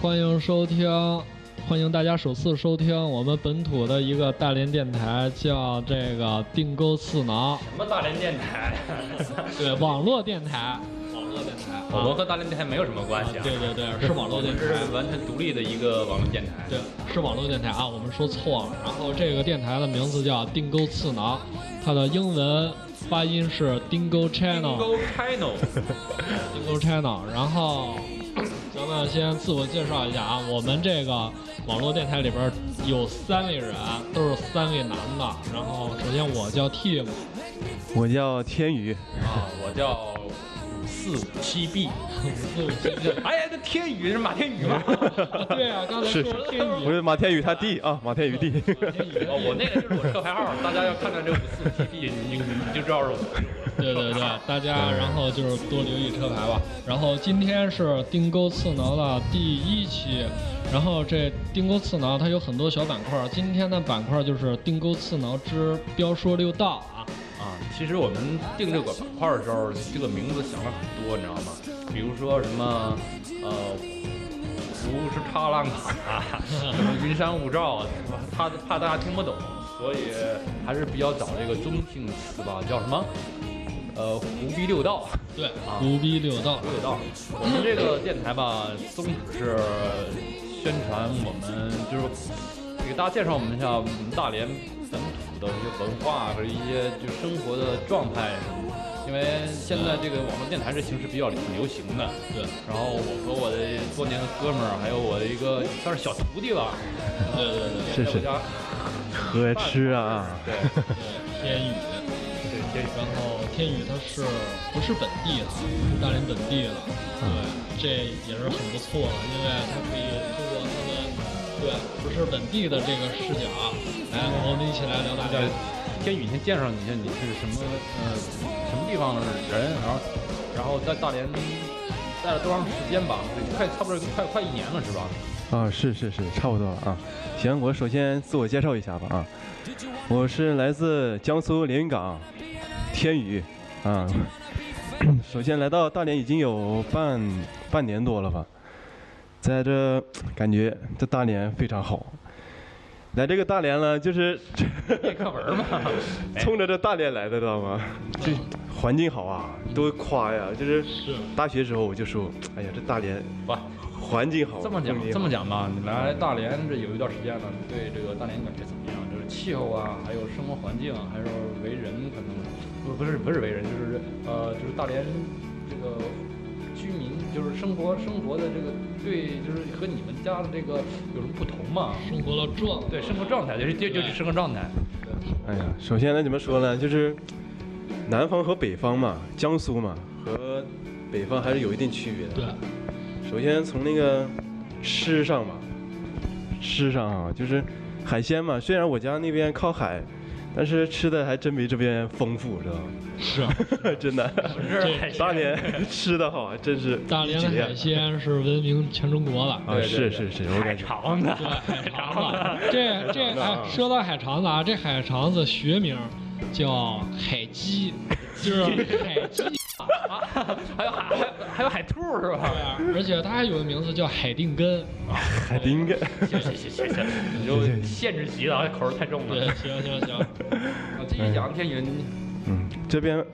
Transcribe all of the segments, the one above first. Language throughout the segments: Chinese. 欢迎收听，欢迎大家首次收听我们本土的一个大连电台，叫这个定沟刺挠，什么大连电 台？对，网络电台，网络电台，啊我们和大连电台没有什么关系啊，对对对，是网络电台，这是完全独立的一个网络电台。对，是网络电台啊，我们说错了。然后这个电台的名字叫定沟刺挠，它的英文发音是 Dingo Channel，Dingo ，Go Channel， Channel。然后咱们先自我介绍一下啊，我们这个网络电台里边有三位人，都是三位男的。然后首先我叫 Tim，我叫天宇，啊，我叫四五七 B。四五七六哎呀，那天宇是马天宇 吗？对啊，刚才是说了天宇，不是马天宇他弟啊，马天宇弟。天宇哦，我那个就是我车牌号，大家要看看这五四五七 B，你你你就知道是我。对对对，大家然后就是多留意车牌吧。然后今天是钉钩刺挠的第一期，然后这钉钩刺挠它有很多小板块，儿，今天的板块就是钉钩刺挠之标说六道啊。啊，其实我们定这个板块的时候，这个名字想了很多，你知道吗？比如说什么，呃，不是踏浪卡，什么云山雾罩，啊怕怕大家听不懂，所以还是比较找这个中性词吧，叫什么？呃，胡逼六道，对啊，胡逼六道胡。逼六道。我们这个电台吧，宗旨是宣传我们，就是给大家介绍我们一下我们大连本土的一些文化和一些就生活的状态什么的。因为现在这个网络电台这形式比较流行的，对然后我和我的多年的哥们儿，还有我的一个算是小徒弟吧，对对对，是是在我家和吃啊，对，对天宇，对，天宇然后天宇他是不是本地的啊？是大连本地的，对，这也是很不错的，因为他可以通过他们对不是本地的这个视角，哎来我们一起来聊大叫连。天宇，先介绍你一下，你是什么呃什么地方的人，然后然后在大连待了多长时间吧？快差不多快快一年了是吧？ 啊是是是，差不多啊。行，我首先自我介绍一下吧啊，我是来自江苏连云港，天宇啊。首先来到大连已经有半半年多了吧，在这感觉这大连非常好。来这个大连了，就是念课文嘛， 哎冲着这大连来的，知道吗？这环境好啊，都夸呀。就是是大学时候我就说，哎呀，这大连不环境好，这么风景讲好这么讲吧，你来大连这有一段时间了，你对这个大连感觉怎么样？就是气候啊，还有生活环境，还有为人，可能不不是不是为人，就是呃就是大连这个居民就是生活生活的这个对，就是和你们家的这个有什么不同嘛？生活的状态。对，生活状态就是就就是生活状态。哎呀，首先呢，怎么说呢，就是南方和北方嘛，江苏嘛和北方还是有一定区别的。对，首先从那个吃上吧，吃上啊，就是海鲜嘛。虽然我家那边靠海，但是吃的还真没这边丰富，知道吗？是 真的，这大连吃的好，还真是大连的绝海鲜是闻名全中国了。啊，对对是对是是，我感觉肠子，对，海肠子，这这海肠子啊哎，说到海肠子啊，这海肠子学名叫海鸡，就是海鸡，还有海还有海兔是吧？而且它还有个名字叫海定根。海丁根。行行行行行， 你就限制级了，口味太重对了，。行行行，我继续讲天云，嗯，这边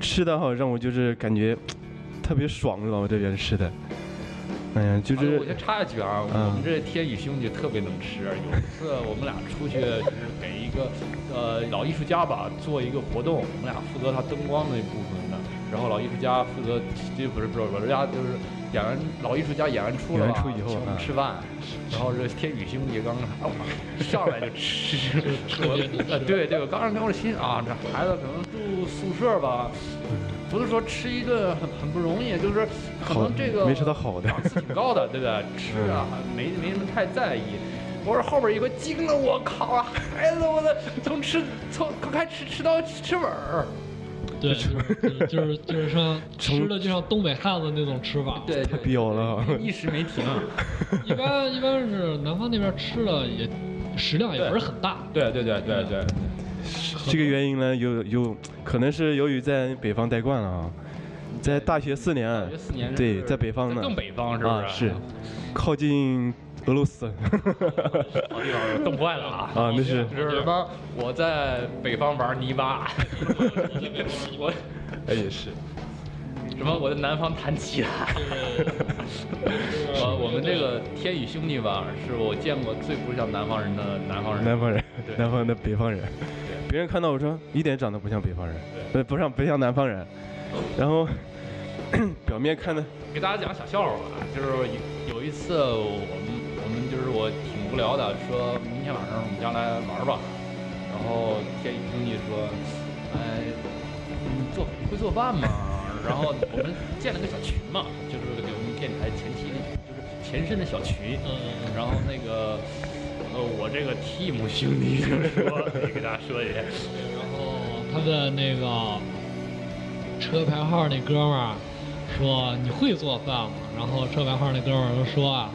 吃的哈，让我就是感觉特别爽，知道吗？这边吃的，哎呀，就哎我是先插一句啊，嗯我们这天宇兄弟特别能吃。啊有一次我们俩出去就是给一个呃老艺术家吧做一个活动，我们俩负责他灯光那部分的，然后老艺术家负责这不是不是老艺术家就是演完老艺术家演完出了吧，演完出以后请我们嗯吃饭，然后这天宇兄弟刚刚哎我上来就吃吃我 呃对对，我刚刚我心想啊这孩子可能住宿舍吧。不是说吃一顿很很不容易，就是可好能这个没吃到好的，档次挺高的，对不对？吃嗯啊，没没什么太在意。我说后边一个惊了，我靠啊！孩子，我的从吃从刚开始吃到吃尾儿，对， 就是就是就是像吃的就像东北汉子那种吃法。对，太彪了啊。 一时没停。一般一般是南方那边吃的也食量也不是很大。对对对对对，这个原因呢，有有可能是由于在北方待惯了啊，在大学四年，啊大学四年是对，在北方呢，更北方是不啊是？是，靠近俄罗斯 好地方冻坏了啊！啊，那是就是什么？我在北方玩泥巴， 我哎也是，什么？我在南方弹吉他。呃， 我们这个天宇兄弟吧，是我见过最不像南方人的南方人。南方人 对，南方的北方人，别人看到我说一点长得不像北方人，不不像不像南方人，然后 表面看的给大家讲小笑话吧，就是有有一次我们我们就是我挺无聊的，说明天晚上我们家来玩吧。然后天一兄弟说，哎，你做会做饭吗？ 然后我们建了个小群嘛，就是给我们电台前期的，就是前身的小群。嗯然后那个，呃，我这个 team 兄弟就说，你给大家说一下，然后他的那个车牌号那哥们儿说：“你会做饭吗？”然后车牌号那哥们儿就说：“啊，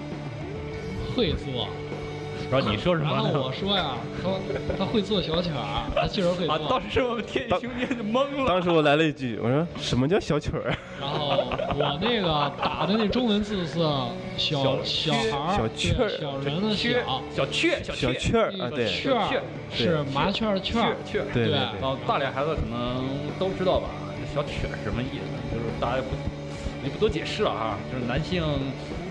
会做。”然啊后你说什么？然后我说呀，他他会做小曲儿，他确实会啊，做当。时我们天宇兄弟就懵了。当时我来了一句，我说什么叫小曲儿？然后我那个打的那中文字是小小小缺孩儿小对雀儿小人的雀小，小雀，小小雀，雀儿那啊，个对，雀儿雀是麻雀儿雀儿雀，雀。对对对然后大连孩子可能都知道吧，这小曲儿是什么意思？就是大家不，也不多解释了啊。就是男性，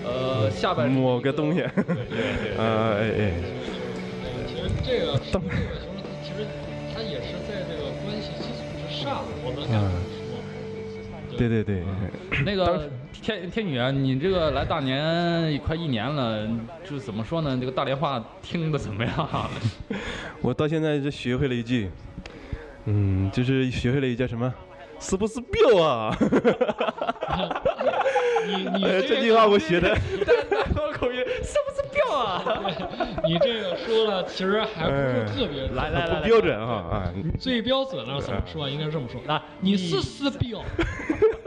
呃，下对，半身 某个东西，对对对，啊哎哎，对其实这个这个形容词，其实它也是在这个关系基础之上，我们俩说。对对对，那个天天宇啊，你这个来大连快一年了，就是怎么说呢？这个大连话听的怎么样？我到现在就学会了一句，嗯，就是学会了一句叫什么，是不是彪啊？你你哎这 这个句话我学的，南方口音是不是彪啊？你这个说了，其实还不是特别来来来，不标准啊啊，最标准了，怎么说？应该是这么说。来你是是彪，不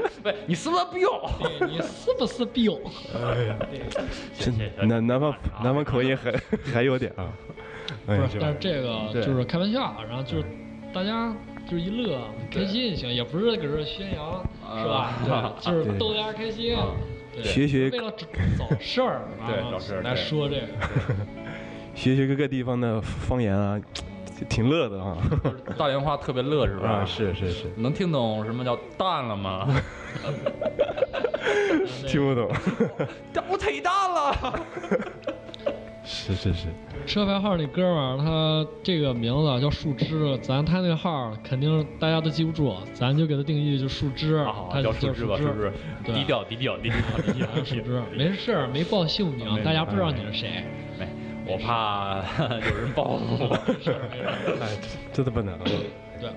是，你是不是彪？对你是不是彪？ 是南南方南方口音还 还有点啊，嗯哎不呀是，这但玩是意这个对就是开玩笑，啊然后就是嗯大家就是一乐，啊开心就行，也不是搁这宣扬，是 吧啊？对，就是对逗大家开心啊，对学学为了 找找事儿，对啊找事儿来对说 这个。儿学学各个地方的方言啊， 挺乐的啊，大连话特别乐是吧？ 啊是是是，能听懂什么叫蛋了吗？ 听不 懂，我腿大 了。是是是，车牌号那哥们儿，他这个名字啊叫树枝，咱他那号儿肯定大家都记不住，咱就给他定义就树枝，啊好，他叫就树枝吧，树是不是？对低调，低调，低调，低调 咱，低树枝调。，没事儿，没报姓名，啊没哎大家不知道你是谁，没，我怕 有人报复没事我。儿没事儿。哎，真的不能，对，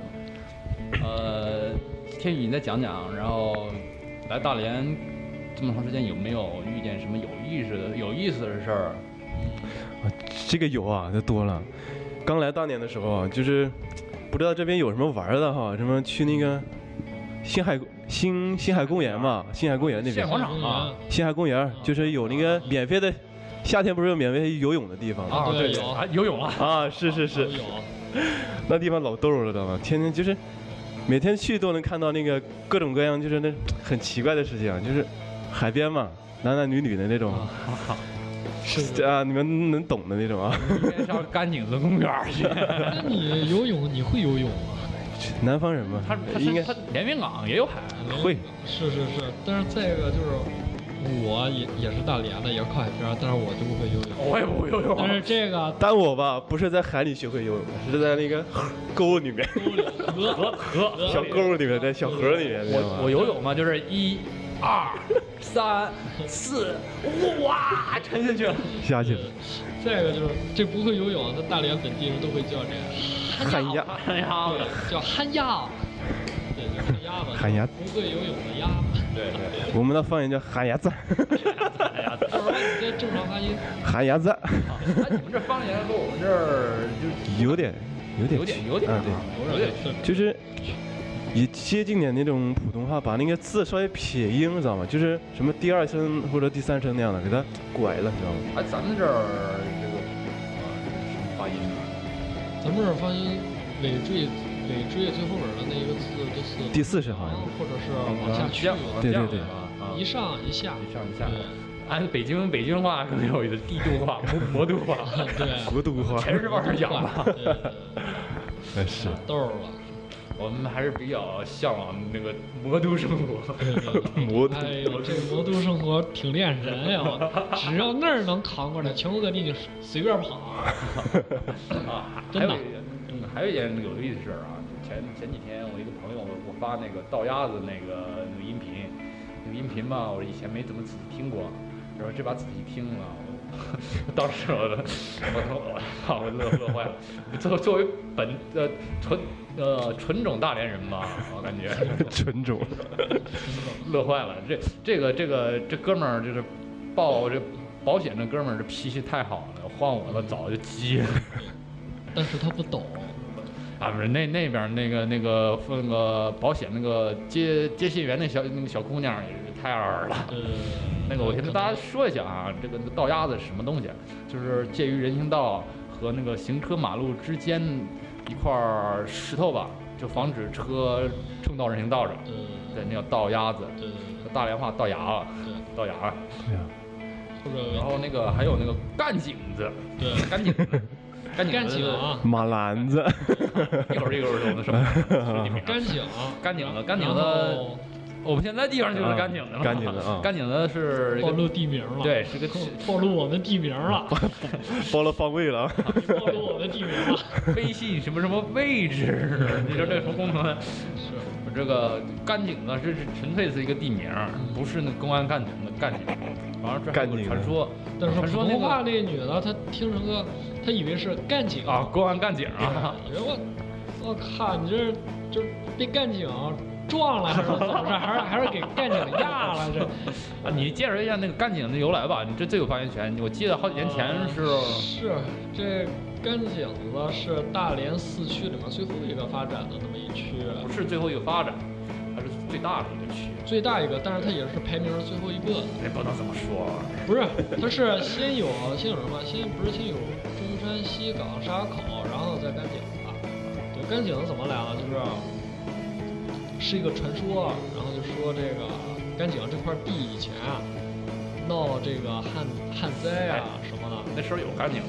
呃，天宇，你再讲讲，然后来大连这么长时间，有没有遇见什么有意思的、有意思的事儿？啊，这个有啊，这多了。刚来大连的时候啊，就是不知道这边有什么玩儿的哈，什么去那个新海新新海公园啊嘛，新海公园那边县，广场啊新海公园就是有那个免费的，夏天不是有免费游泳的地方吗？啊对有啊，游泳啊，啊，是是都是，有，那地方老逗了，知道吗？天天就是每天去都能看到那个各种各样，就是那很奇怪的事情啊，就是海边嘛，男男女女的那种哦是是。啊，你们能懂的那种啊。明天上甘井子公园去。那你游泳，你会游泳吗？南方人嘛他他，应该是他连云港也有海，会。是是是，但是再一个就是，我也也是大连的，也是靠海边儿，但是我就不会游泳。我也不会游但是泳。这个但我吧，不是在海里学会游泳的，是在那个沟里面，河河河河小沟里面，在小河里面，啊知道我吗我游泳嘛，就是一、二、三、四，哇，沉下去了。下去了，再一个就是这不会游泳，那大连本地人都会叫这个旱鸭，哎呀，叫旱鸭，对，就是鸭嘛，旱鸭不会游泳的鸭。对对，我们的方言叫旱鸭子，哎呀，就是说你这正常发音，旱鸭子，哎，你们这方言和我们这儿就有点，有点，有点有点啊，对，有点是就是也接近点那种普通话，把那个字稍微撇音，知道吗？就是什么第二声或者第三声那样的，给它拐了，知道吗？哎，咱们这儿这个呃什么发音啊？咱们这儿发音尾缀对，追月最后尾儿的那一个字就是第四是好像廊是。或者是往下去，往对下对对啊，一上一下，一上一下对。按北京北京话更有意思，帝都话、魔魔都话，对，国度 化，全是往上扬吧。对对对哎 是，豆儿了。 我们还是比较向往那个魔都生活。魔都哎呦，这魔都生活挺练人呀！ 我只要那儿能扛过来，全国各地你随便跑。啊，还真的有一嗯还有一件有意思的事儿啊，就前前几天我一个朋友，我我发那个倒鸭子那个那个音频，那个音频吧，我以前没怎么仔细听过，然后这把仔细听了，我 当时我我他妈我操，我乐乐坏了。作作为本呃纯呃纯种大连人吧，我感觉纯种，乐坏了。这这个这个这哥们儿就是报这保险的哥们儿，这脾气太好了，换我了早就急了。但是他不懂，啊，不是那那边儿那个那个那个保险那个接接线员那小那个小姑娘也是太二了。呃，那个我先跟大家说一下啊，这个倒鸭子是什么东西，啊就是介于人行道和那个行车马路之间一块儿石头吧，就防止车冲到人行道上。呃，对，那叫倒鸭子，对对大连话倒牙，啊对，倒牙。对呀，或者然后那个还有那个干井子，对干井子，干井子干井，啊，马篮 子，一会儿一会儿我们说说你们 啊干井，干井子，干井然子。后我们现在地方就是干井的了，啊干井的啊干井的是一暴个露地名了，对，，是个暴露我们地名了， 包了方位了啊，暴露我们地名了，微信什么什么位置，你说这什么功能？ 是，这个干井呢，这是纯粹是一个地名，不是那公安干警的干警。完了这还有个传说，但是传说普那通话个那女的，她听成个，她以为是干井啊，公安干警啊， 你说我，我靠，你这这被干警撞了还是怎么着？还是还是给干警压了？这啊你介绍一下那个干警的由来吧，你这最有发言权。我记得 好几年前是呃是这干井子是大连四区里面最后一个发展的那么一区，不是最后一个发展，还是最大的一个区？最大一个，但是它也是排名最后一个。哎，不能这么说啊，不是，它是先有先有什么？先不是先有中山西港沙口，然后再干井子。对，干井子怎么来呢？就是是一个传说，然后就说这个干井这块地以前啊闹这个旱旱灾啊什么的。那时候有干警，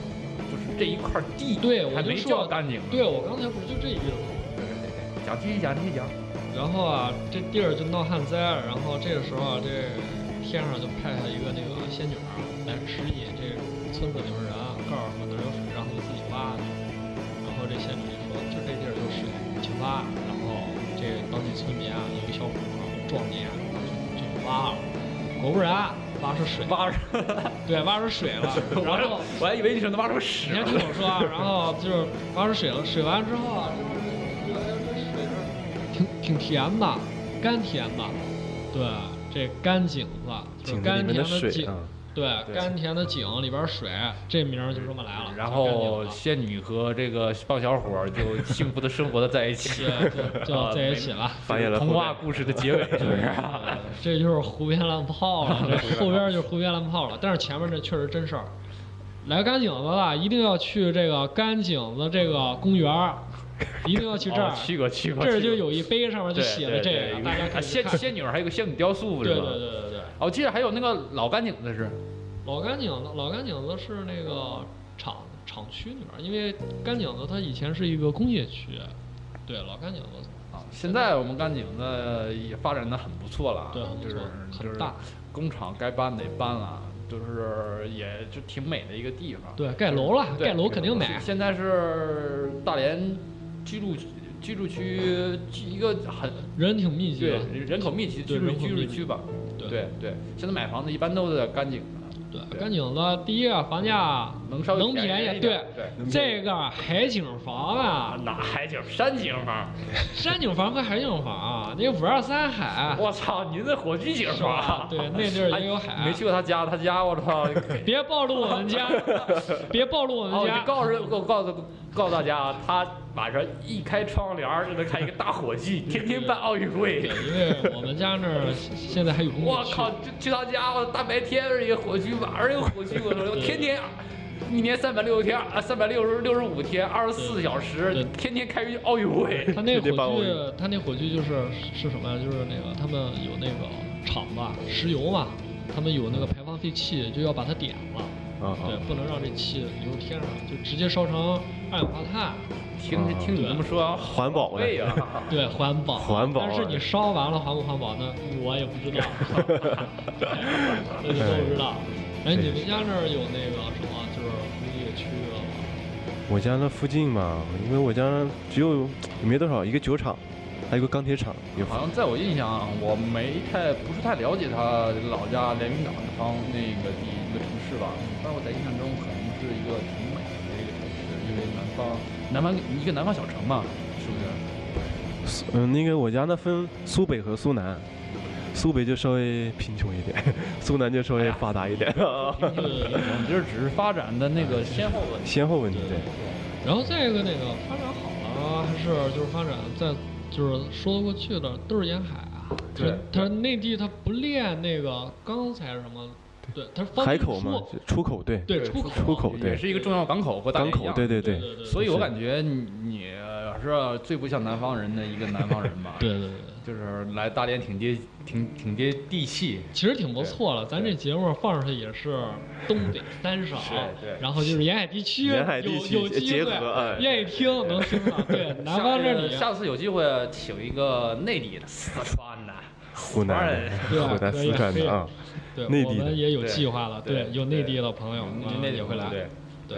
就是这一块地对，我还就没说叫干警呢。对，我刚才不是就这意思吗？讲继续讲继续讲。然后啊，这地儿就闹旱灾，然后这个时候啊，这天上就派下一个那个仙女儿来指引这村子里面人啊，告诉说哪儿有水，让他们自己挖去。然后这仙女就说，就这地儿有水，请挖。然后这当地村民啊，有个小伙儿壮年就去挖了，果不然挖出水，挖出，，对，挖出水了然后我。我还以为你说能挖出屎你先听我说啊，然后就是挖出水了，水完之后啊，这这这水是挺挺甜的，甘甜的，对，这甘井子，就是井子里甘面甜的水井，啊，对，对甘甜的井里边水，这名儿就这么来了。然就后是甘井子仙女和这个棒小伙儿就幸福的生活的在一 起，对，就就在一起了。繁衍了童后话代故事的结尾是不是 啊？ 这就是胡编乱炮了，这后边就是胡编乱炮了。但是前面这确实真事儿。来甘井子了，一定要去这个甘井子这个公园儿，一定要去这儿。哦去过去过，这儿去就过有一碑，上面就对写了这对个，对大家有一个可啊以去仙看。仙女儿还有个仙女雕塑是对吧？对对对对，哦我记得还有那个老干警的是，老干井子，老干井子是那个厂厂区里面，因为干井子它以前是一个工业区，对，老干井子，啊，现在我们干警呢也发展的很不错了啊，对，很就不是错，就是很大，工厂该搬的也搬了，就是也就挺美的一个地方。对，盖楼了，对盖楼肯定买，现在是大连居住区居住区一个很人挺密集对的，人口密集的居对住人口居密住集区吧，对对对，现在买房子一般都是在干井的，对，干井子第一个房价能稍微能便便宜一宜，点对对，这个海景房啊啊，哪海景山景房，山景房和海景房啊，那五二三海， 我操，您这火炬景哎是房吧，对那地儿也有海 哎没去过他家，他家我操，别暴露我们家， 别暴露我哦，们我家就。告诉我告诉告诉大家啊，他晚上一开窗帘儿就能看一个大火炬，天天办奥运会对，。因为我们家那儿现在还有工业我区。靠！去去他家，我大白天一个火炬，晚上一个火炬，我说天天一年三百六十天啊，三百六十六十五天，二十四小时对，嗯天天开奥运会。他那绝对火把我炬，他那火炬就是是什么呀？就是那个他们有那个厂吧，石油嘛，他们有那个排放废气，就要把它点了，啊对，不能让这气流天上，就直接烧成二氧化碳，听啊听你这么说，环保对呀、对，环保，环保啊但是你烧完了环不环保呢？我也不知 道，那就都不知道。哎，你们家那儿有那个什么，就是工业区啊域了吗？我家那附近嘛，因为我家只有也没多少，一个酒厂，还有一个钢铁厂，有好像在我印象，我没太不是太了解他老家连云港那方那个地一个城市吧，但我在印象中可能是一个挺美的一个城市，因为南方南方一个南方小城嘛，是不是？苏嗯，那个我家那分苏北和苏南，苏北就稍微贫穷一点，苏南就稍微发达一点， 我觉得只是发展的那个先后问题。先后问题对对。然后再一个那个发展好了，还是就是发展在就是说得过去的，都是沿海啊。对它它内地它不练那个钢材什么，对，它是方海便口嘛出，出口对，对，出口出口对也是一个重要港口和大港连一口样对对对对，对对，所以？，以我是感觉你你呃是最不像南方人的一个南方人吧 对对对。就是来大连挺接挺挺接地气。其实挺不错了，咱这节目放上去也是东北三省是，对然后就是沿海地区，沿海地区有有机结会合哎愿意听能听上。对，南下方这呃里，啊下次有机会请一个内地的四川的湖当南然对湖南可以四川可以的啊，对，内我地的们也有对计划了，对有内地对的朋友，嗯内地也会来，对对对。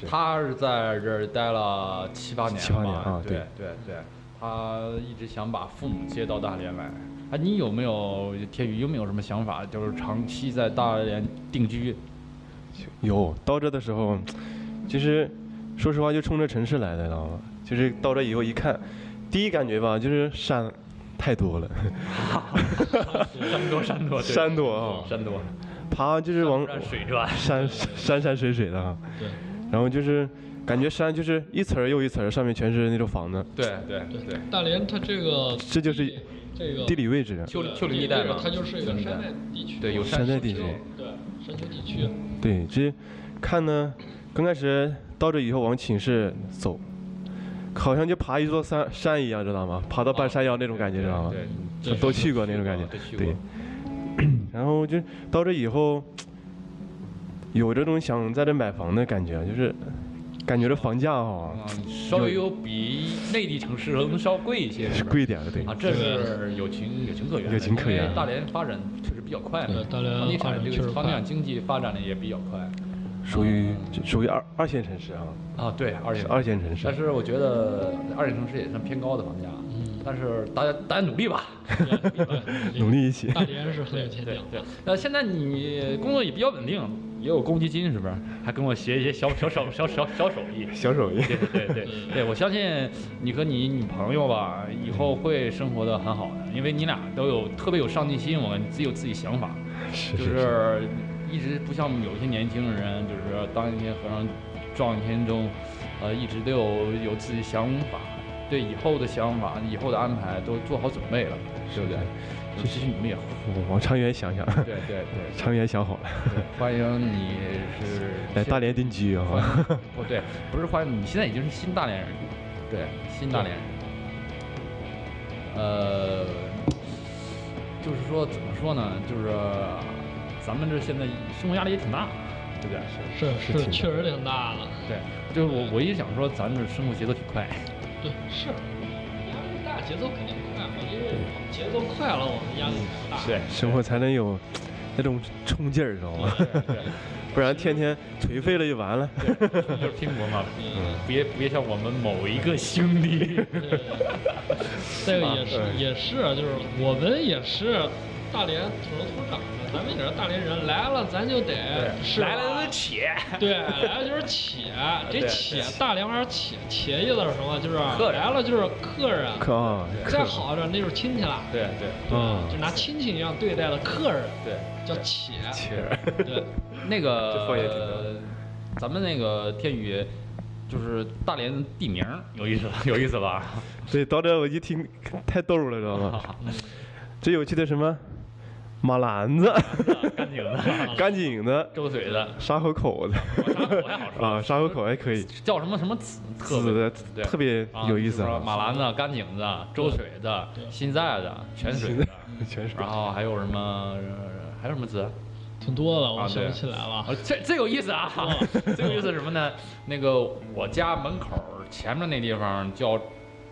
是他是在这儿待了七八年七八年吧啊对对对，他一直想把父母接到大连来。哎，你有没有天宇有没有什么想法？就是长期在大连定居？有到这的时候，其实说实话就冲着城市来的，知道吗？就是到这以后一看，第一感觉吧，就是山太多了， 山多山多，对山多啊，山多，爬就是往山不转水转。山山山水水的啊，对然后就是感觉山就是一层儿又一层儿，上面全是那种房子，对对对对，大连它这个这就是地这个地理位置，丘陵对丘陵地带嘛，它就是一丘个陵地山带脉地区，对有山寨丘地丘区。对山区地区，对，这看呢，刚开始到这以后往寝室走，好像就爬一座山山一样，知道吗？爬到半山腰那种感觉，知道吗？啊对，对都去过那种感觉都去，过对。 然后就到这以后，有这种想在这买房的感觉，就是感觉这房价哈、啊，稍微有比内地城市可能稍贵一些，是是吧贵点的，对。啊，这是有情有情可原的，有情可原因为大连发展确实比较快嘛对，大连房地产发展这确实个快房地产经济发展的也比较快属于属于二二线城市啊，啊，对，二是线二线城市但。是我觉得二线城市也算偏高的房价，但是大家大家努力吧。对对努力一起大连是很有前景对的，对，那现在你工作也比较稳定，也有公积金是不是？还跟我学一些小小手小小 小手艺。小手艺， 对对对对对，我相信你和你女朋友吧，以后会生活的很好的，因为你俩都有特别有上进心，我感觉自己有自己想法，是就是是，是一直不像有些年轻人，就是当一天和尚撞一天钟，呃，一直都有有自己想法，对以后的想法、以后的安排都做好准备了，对不对？尤其是你们也会，我往长远想想，对对对，长远想好了，欢迎你是来大连定居欢 啊。迎哦，对，不是欢迎，你现在已经是新大连人了，对，新大连人。呃，就是说怎么说呢，就是咱们这现在生活压力也挺大，对不对？是是是挺确实挺大的，对，就是我我一直想说，咱们这生活节奏挺快，对是。压力大，节奏肯定快嘛，因为我们节奏快了，我们压力才大。对，生活才能有那种冲劲儿，知道吗？对， 不然天天颓废了就完了。 就是拼搏嘛，嗯，别别像我们某一个兄弟，对这个也是啊也是，对就是我们也是大连土生土长的，咱们也是大连人，来了咱就得是吧来了就且， 对，来了就是且，这对且对大连话是且，且意思是什么？就是客人来了就是客人，可啊，可再好点那就是亲戚了，对对对吧嗯就拿亲戚一样对待的客人对，叫且，气儿对，那个这放也挺多呃咱们那个天宇，就是大连地名儿有意思吧？有意思吧？对，到这我一听太逗了，知道吗？嗯最有趣的什么？马兰子、 干井的、 干井的、 周嘴的，沙河口的沙口还好说啊，沙河口还可以，叫什么什么子，特紫的对特别啊有意就是思说啊，马兰子、干井子、周水的、新寨的、泉水的， 全是然后还有什么还有什么字？挺多的，我啊想对不起来了。啊，这最有意思啊！哦最有意思是什么呢？那个我家门口前面那地方叫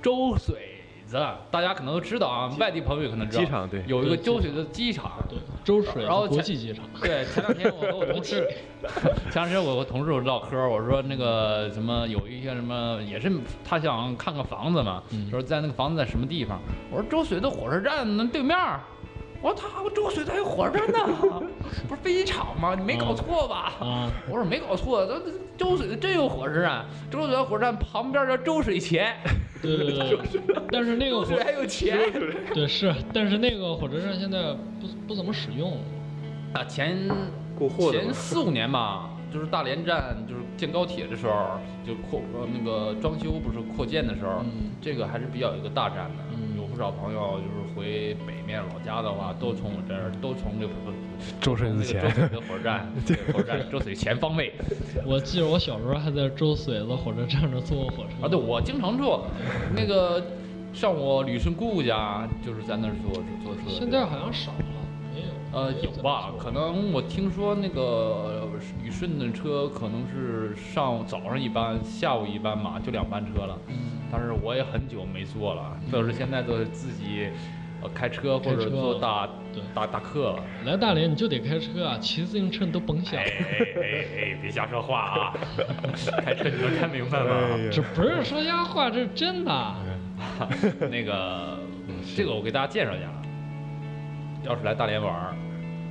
周水子，大家可能都知道啊，外地朋友可能知道。机场对有一个周水子机场。对，周水然后国前际 机场，对，前两天我和我同事， 前两天我和同事我唠嗑儿，我说那个什么有一些什么也是他想看个房子嘛，嗯说在那个房子在什么地方，我说周水的火车站那对面儿。我说他周水的还有火车站呢，不是飞机场吗？你没搞错吧？啊我说没搞错，这这周水的真有火车站，周水的火车站旁边叫周水前，对对对对。但是那个周火水还有钱对是，但是那个火车站现在不不怎么使用了。啊，前 过货的嘛前四五年吧，就是大连站就是建高铁的时候，就扩呃那个装修不是扩建的时候，嗯这个还是比较有一个大站的。嗯有不少朋友就是回北面老家的话，都从我这儿，都从这个周水从子这前个周水的火车站，这个火车站周水前方位我记得我小时候还在周水子火车站那坐过火车啊，对我经常坐那个。上我捋顺姑姑家，就是在那儿坐坐车。现在好像少了，没有。呃，没有怎么吧？坐可能我听说那个呃宇顺的车可能是上早上一班，下午一班嘛，就两班车了。嗯但是我也很久没坐了，就是现在都是自己呃开车或开车者坐大对大大客了。来大连你就得开车啊，骑自行车你都甭想哎。哎哎哎，别瞎说话 啊！开车你能开明白吗？哎呀这不是说瞎话，这是真的。那个，这个我给大家介绍一下啊。要是来大连玩儿，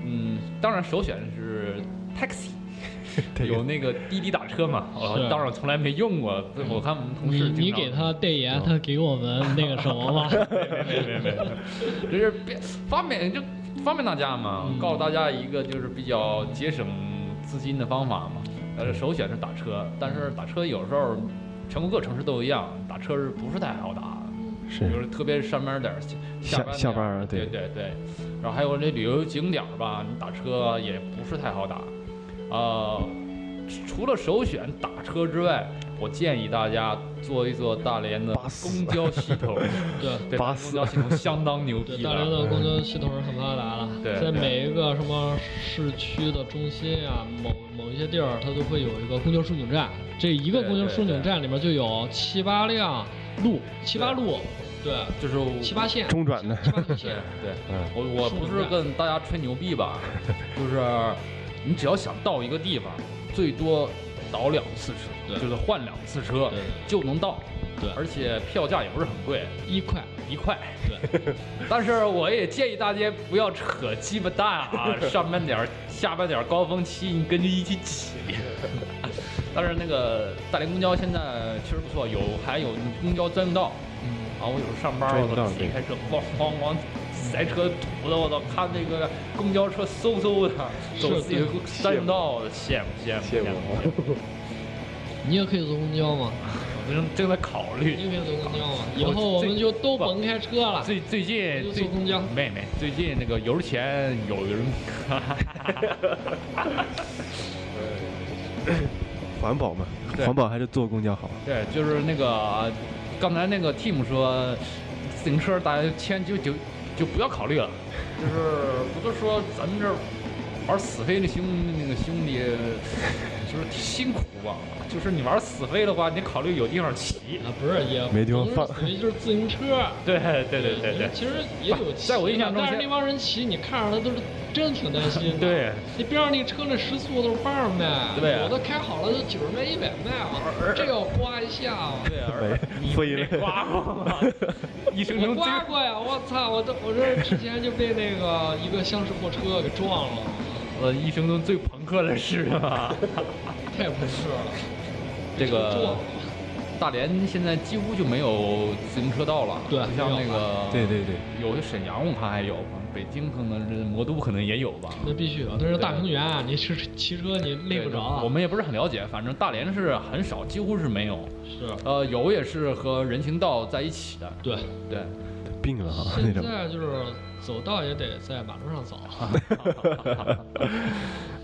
嗯，当然首选是 taxi，这个有那个滴滴打车嘛。是我当然从来没用过，我看我们同你事你经常嗯给他代言，他给我们那个什么 吗？没没没没，就是别方便就方便大家嘛，嗯告诉大家一个就是比较节省资金的方法嘛。呃，首选是打车，但是打车有时候全国各城市都一样，打车是不是太好打？是就是特别是上班点儿下班下下班儿对对对对，然后还有这旅游景点儿吧，你打车也不是太好打，呃，除了首选打车之外，我建议大家坐一坐大连的巴士公交系 统，对对，巴公士交系统相当牛对，逼大连了。的公交系统是很发达对的，在对每一个什么市区的中心啊，某某一些地儿，它都会有一个公交枢纽站。这一个对公交对枢纽对站里面就有七八辆路，七八对路，对，就是我七八线，中转的七八条对线。对，嗯，我我不是跟大家吹牛逼 吧，就是你只要想到一个地方，最多倒两次车，对就是换两次车对就能到，对而且票价也不是很贵，一块，一块。 对，但是我也建议大家不要扯鸡巴蛋 啊，上班点儿、下班点儿高峰期你跟着一起起。 但是那个大连公交现在确实不错，有还有公交专用道。嗯，啊，我有时候上班，专我用都道自己对开车，咣咣咣，塞车堵的，我操！看那个公交车嗖嗖的，走是自己的专用道，羡慕羡慕谢羡慕！我。你也可以坐公交嘛，我正正在考虑 你，也可以坐公交嘛。啊以后我们就都甭开车了。最最近就最坐公交妹妹最近那个油钱有人， 环保嘛，对环保还是坐公交好。对，就是那个刚才那个 Tim 说，自行车大家签就就就不要考虑了，就是不是说咱们这儿玩死飞的兄那个兄弟就是辛苦吧，就是你玩死飞的话，你得考虑有地方骑。啊，不是也没地方放属于就是自行车。对对对对对其实也有骑的，在我印象中但是现那帮人骑，你看着他都是真挺担心的。，对，你边上那车那时速都是八十迈，对啊有的开好了就九十迈、一百迈啊，这要刮一下啊。对，而你飞了被刮过吗？一生我中刮过呀！我操！我都我这之前就被那个一个厢式货车给撞了，最呃一生中最朋克的事吧。太不是了。这撞个了大连现在几乎就没有自行车道了，对不像那没有个对对对，有些沈阳我看还有，北京可能是魔都可能也有吧。那必须的，那是大平原啊，你骑骑车你累不着啊。我们也不是很了解，反正大连是很少，几乎是没有。是，呃，有也是和人行道在一起的。对，对，病了啊那现种。啊在就是走道也得在马路上走。啊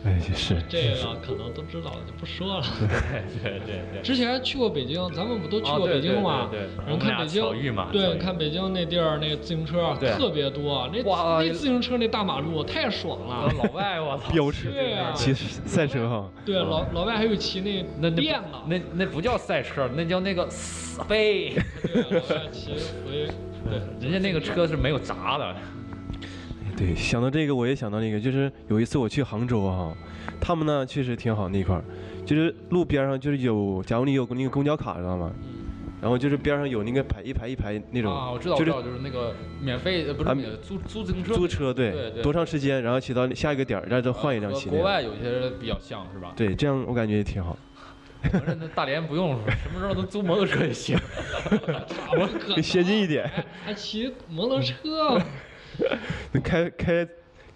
哎，也是，这 个可能都知道，就不说了。对 对对对。之前去过北京，咱们不都去哦过对北京对吗？对对对然后我们看俩北京巧遇嘛，巧对，遇看北京那地儿那自行车对特别多，那哇那自行车那大马路太爽了。啊老外，我 操！标尺对啊骑赛车哈，对，老老外还有骑那嗯那那电的，那那不叫赛车，那叫那个死飞。对，老外骑回对。人家那个车是没有闸的。对，想到这个我也想到那个，就是有一次我去杭州啊，他们呢确实挺好那块儿，就是路边上就是有，假如你有那个公交卡知道吗？然后就是边上有那个排一排一排那种，啊，我知道，我就知是道，就是那个免费，呃不啊是免租租自行车，租车对，对对啊多长时间，然后骑到下一个点儿，然后再换一辆和骑那国个，外有些比较像 是吧？对，这样我感觉也挺好，反正那大连不用，什么时候都租摩托车也行。我可能 先进一点，还骑摩托车，嗯 开开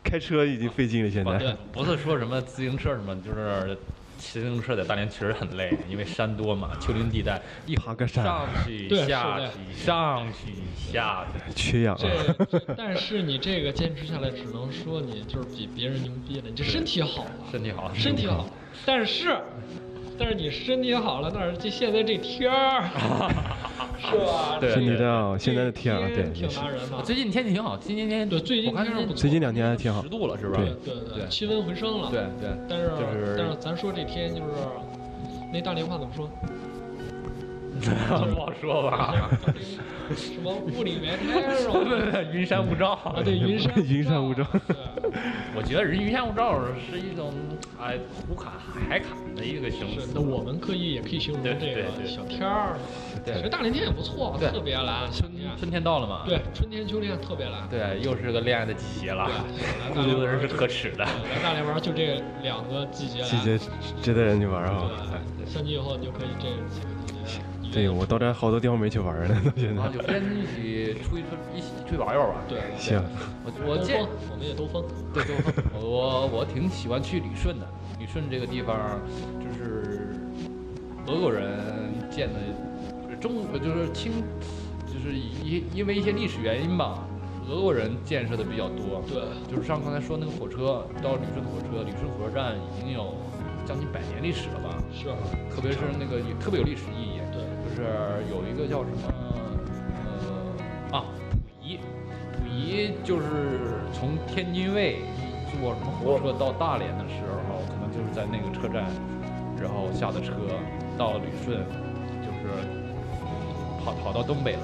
开车已经费劲了，现在。对，不是说什么自行车什么，就是骑自行车在大连确实很累，因为山多嘛，丘陵地带，一爬个山上去对下是的去上去下去，缺氧啊！这这但是你这个坚持下来，只能说你就是比别人牛逼了，你这身体好啊了，身体好，身体好，但是，但是你身体好了，但是这现在这天 儿，是吧？对身体真好，这现在的天啊，对，也挺是拿人的。最近天气挺好，今年天对最近我看天气不错最近两天还挺好十。度了是吧？对对对气温回升了。对。对，但是就是但是咱说这天就是，那大连话怎么 说？不好说吧？什么雾里埋汰是 对吧？对 对，云山雾罩。啊，对，云山云山雾罩对我觉得人云山雾罩是一种哎胡侃海侃的一个形是式。那我们可以也可以形容对这对个对小天儿，对其实大连天也不错，对特别蓝，夏春天，春天到了嘛？对，春天秋天特别蓝。对，又是个恋爱的季节了， 对孤独的人是可耻的。来大连玩就这两个季节来。季节值得人去玩啊！对，相机以后你就可以这几个季节。对我到这儿好多地方没去玩呢，到现然后在。有时间一起出去出一起出去玩一玩吧。对，行，我我兜见风，我们也兜风。对对，我我我挺喜欢去旅顺的。旅顺这个地方，就是俄国人建的，就是中呃就是清，就是因因为一些历史原因吧，俄国人建设的比较多。对，就是上刚才说那个火车到旅顺的火车，旅顺火车站已经有将近百年历史了吧？是，特别是那个也特别有历史意义，对，就是有一个叫什么呃啊溥仪，溥仪就是从天津卫坐什么火车到大连的时候，可能就是在那个车站，然后下的车到旅顺，就是跑跑到东北来，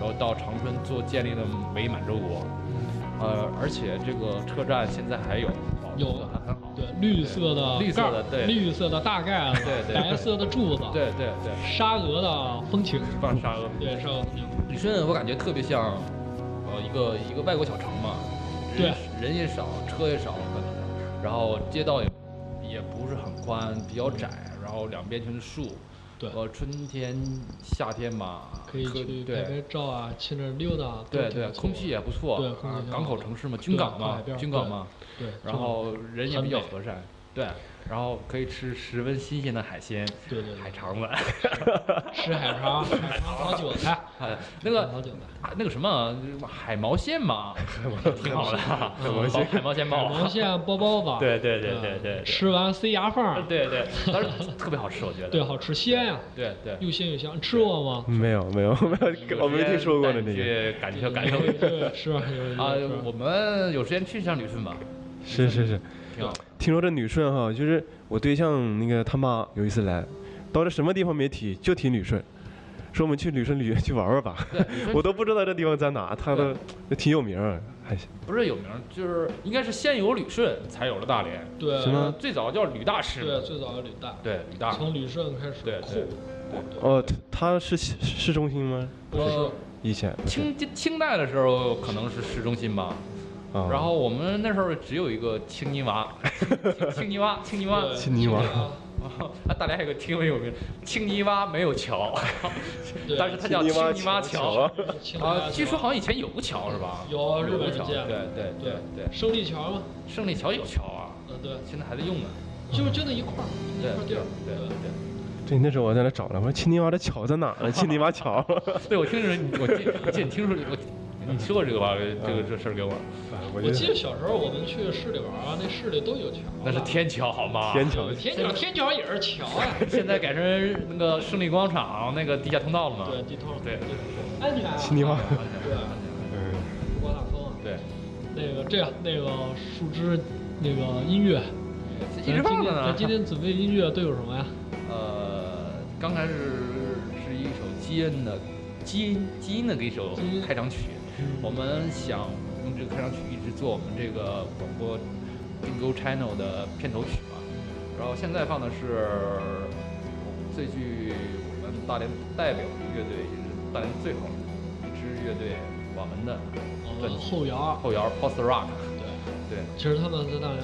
然后到长春做建立了伪满洲国，呃，而且这个车站现在还有保有存得还很好，对，绿色的绿色的盖儿对绿色的大盖子，对对白色的柱子，，对对对，沙俄的风情，放沙俄。对，沙俄风情，旅顺我感觉特别像，呃，一个一个外国小城嘛，对人，人也少，车也少，然后街道也也不是很宽，比较窄，然后两边全是树，对，呃，春天、夏天嘛，可以去拍拍对照啊，去那儿溜达啊，对都挺对，不错空气也不错，对空气啊挺好港口的城市嘛，军港靠嘛海边，儿军港嘛，对，然后人也比较很美和善，对，然后可以吃十分新鲜的海鲜，对对对海肠 子。 吃海肠，海肠炒韭菜，哎，那个好久了啊那个什么海毛线嘛，挺好的，海毛线海毛线包，毛线包包子，哦对对对对对对吃完塞牙缝儿，对对，当时特别好吃，我觉得。对，好吃鲜呀，对 对，又鲜又香，吃过吗？没有没有没有，我没听说过呢这个。个，感受感受一下 对，是有啊有，我们有时间去一趟旅顺吧，是是是，挺好。听说这旅顺哈，就是我对象那个他妈有一次来，到这什么地方没提，就提旅顺，说我们去旅顺旅去玩玩吧，对，旅顺我都不知道这地方在哪，他都挺有名儿，还行。不是有名，就是应该是先有旅顺，才有了大连。对什么最早叫吕大师对嘛，最早的旅大，对吕大师，从旅顺开始，啊对对酷，哦，他他是市市中心吗？不是以前不是清清代的时候可能是市中心吧，啊，然后我们那时候只有一个青泥 娃，青青泥娃，青泥娃。对青泥娃 啊，大连还有个挺有名，青泥娃没有桥， 对，但是它叫青泥蛙青泥蛙桥桥。青岛啊，大据桥说好像以前有个桥是吧？有哦日有本个人桥，建对的，对对对，胜利桥嘛，胜利桥有桥啊，嗯对，现在还在用呢。就就那一块儿，那对一块嗯地对儿，对对对。对，那时候我在 嗯 那找了，我说青泥洼的桥在哪儿呢？青泥洼桥，对，我听着你，我见我见你听说你我你说这 个吧，这个这事儿给我，啊哎我我记觉得得小时候我们去市里玩啊，那市里都有桥啊，那是天桥好吗？天桥有天桥，天桥也是桥啊。 现在改成那个胜利广场那个地下通道了嘛？对，地头对安全啊。新地方对，嗯，中国大风啊。对，那个这样，那个树枝，那个音乐，一咱直放今着天咱今呢。天准备音乐都有什么呀？ 呃，刚开始是一首基因的基因基因的一首基因开场曲，我们想用这个开场曲一直做我们这个广播 Bingo Channel 的片头曲嘛。然后现在放的是最具我们大连代表乐队，也是大连最好的一支乐队我们的我专们辑后摇。后摇 Post Rock。对，对，其实他们在大连，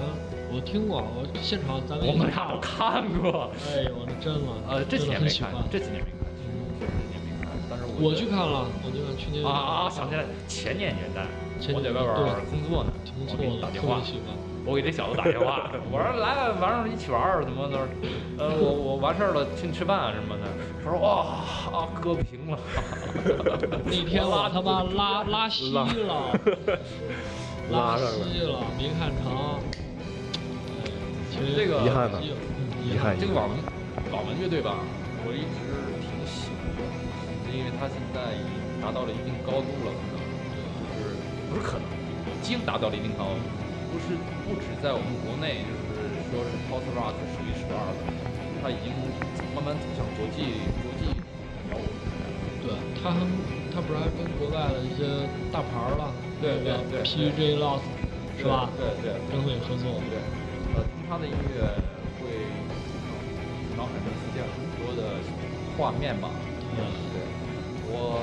我听过，我现场咱们我们俩都看过。哎呦，那真了，呃，这几真的年很没喜看欢，。这几年没看，确实这几年没看。但是我我去觉得看了，我去看去年啊啊！啊！想起来前年元旦，前我在年外边儿对工作呢，听我错给你了，打电特话别，喜欢。我给这小子打电 话，我说来晚上一起玩儿，怎么怎么，呃，我我完事儿了，请你吃饭啊什么的。他说哇啊，哥不行了。那天我我拉他妈拉拉稀 了，拉上了稀了，没看成。哎其实这个遗憾呢嗯遗憾这个网文网文乐队吧，我一直挺喜欢的，因为他现在已经达到了一定高度了，可能就是不是可能，已经达到了一定高度，不是不止在我们国内，就是说是 post rock 数一数二的，他已经慢慢走向国际国际摇滚。对他还他不是还跟国外的一些大牌儿了，对对对 PJ Lost 是吧？对对对跟伟合作，对，呃，听他的音乐会呃脑海中出现很多的画面吧。嗯，对，我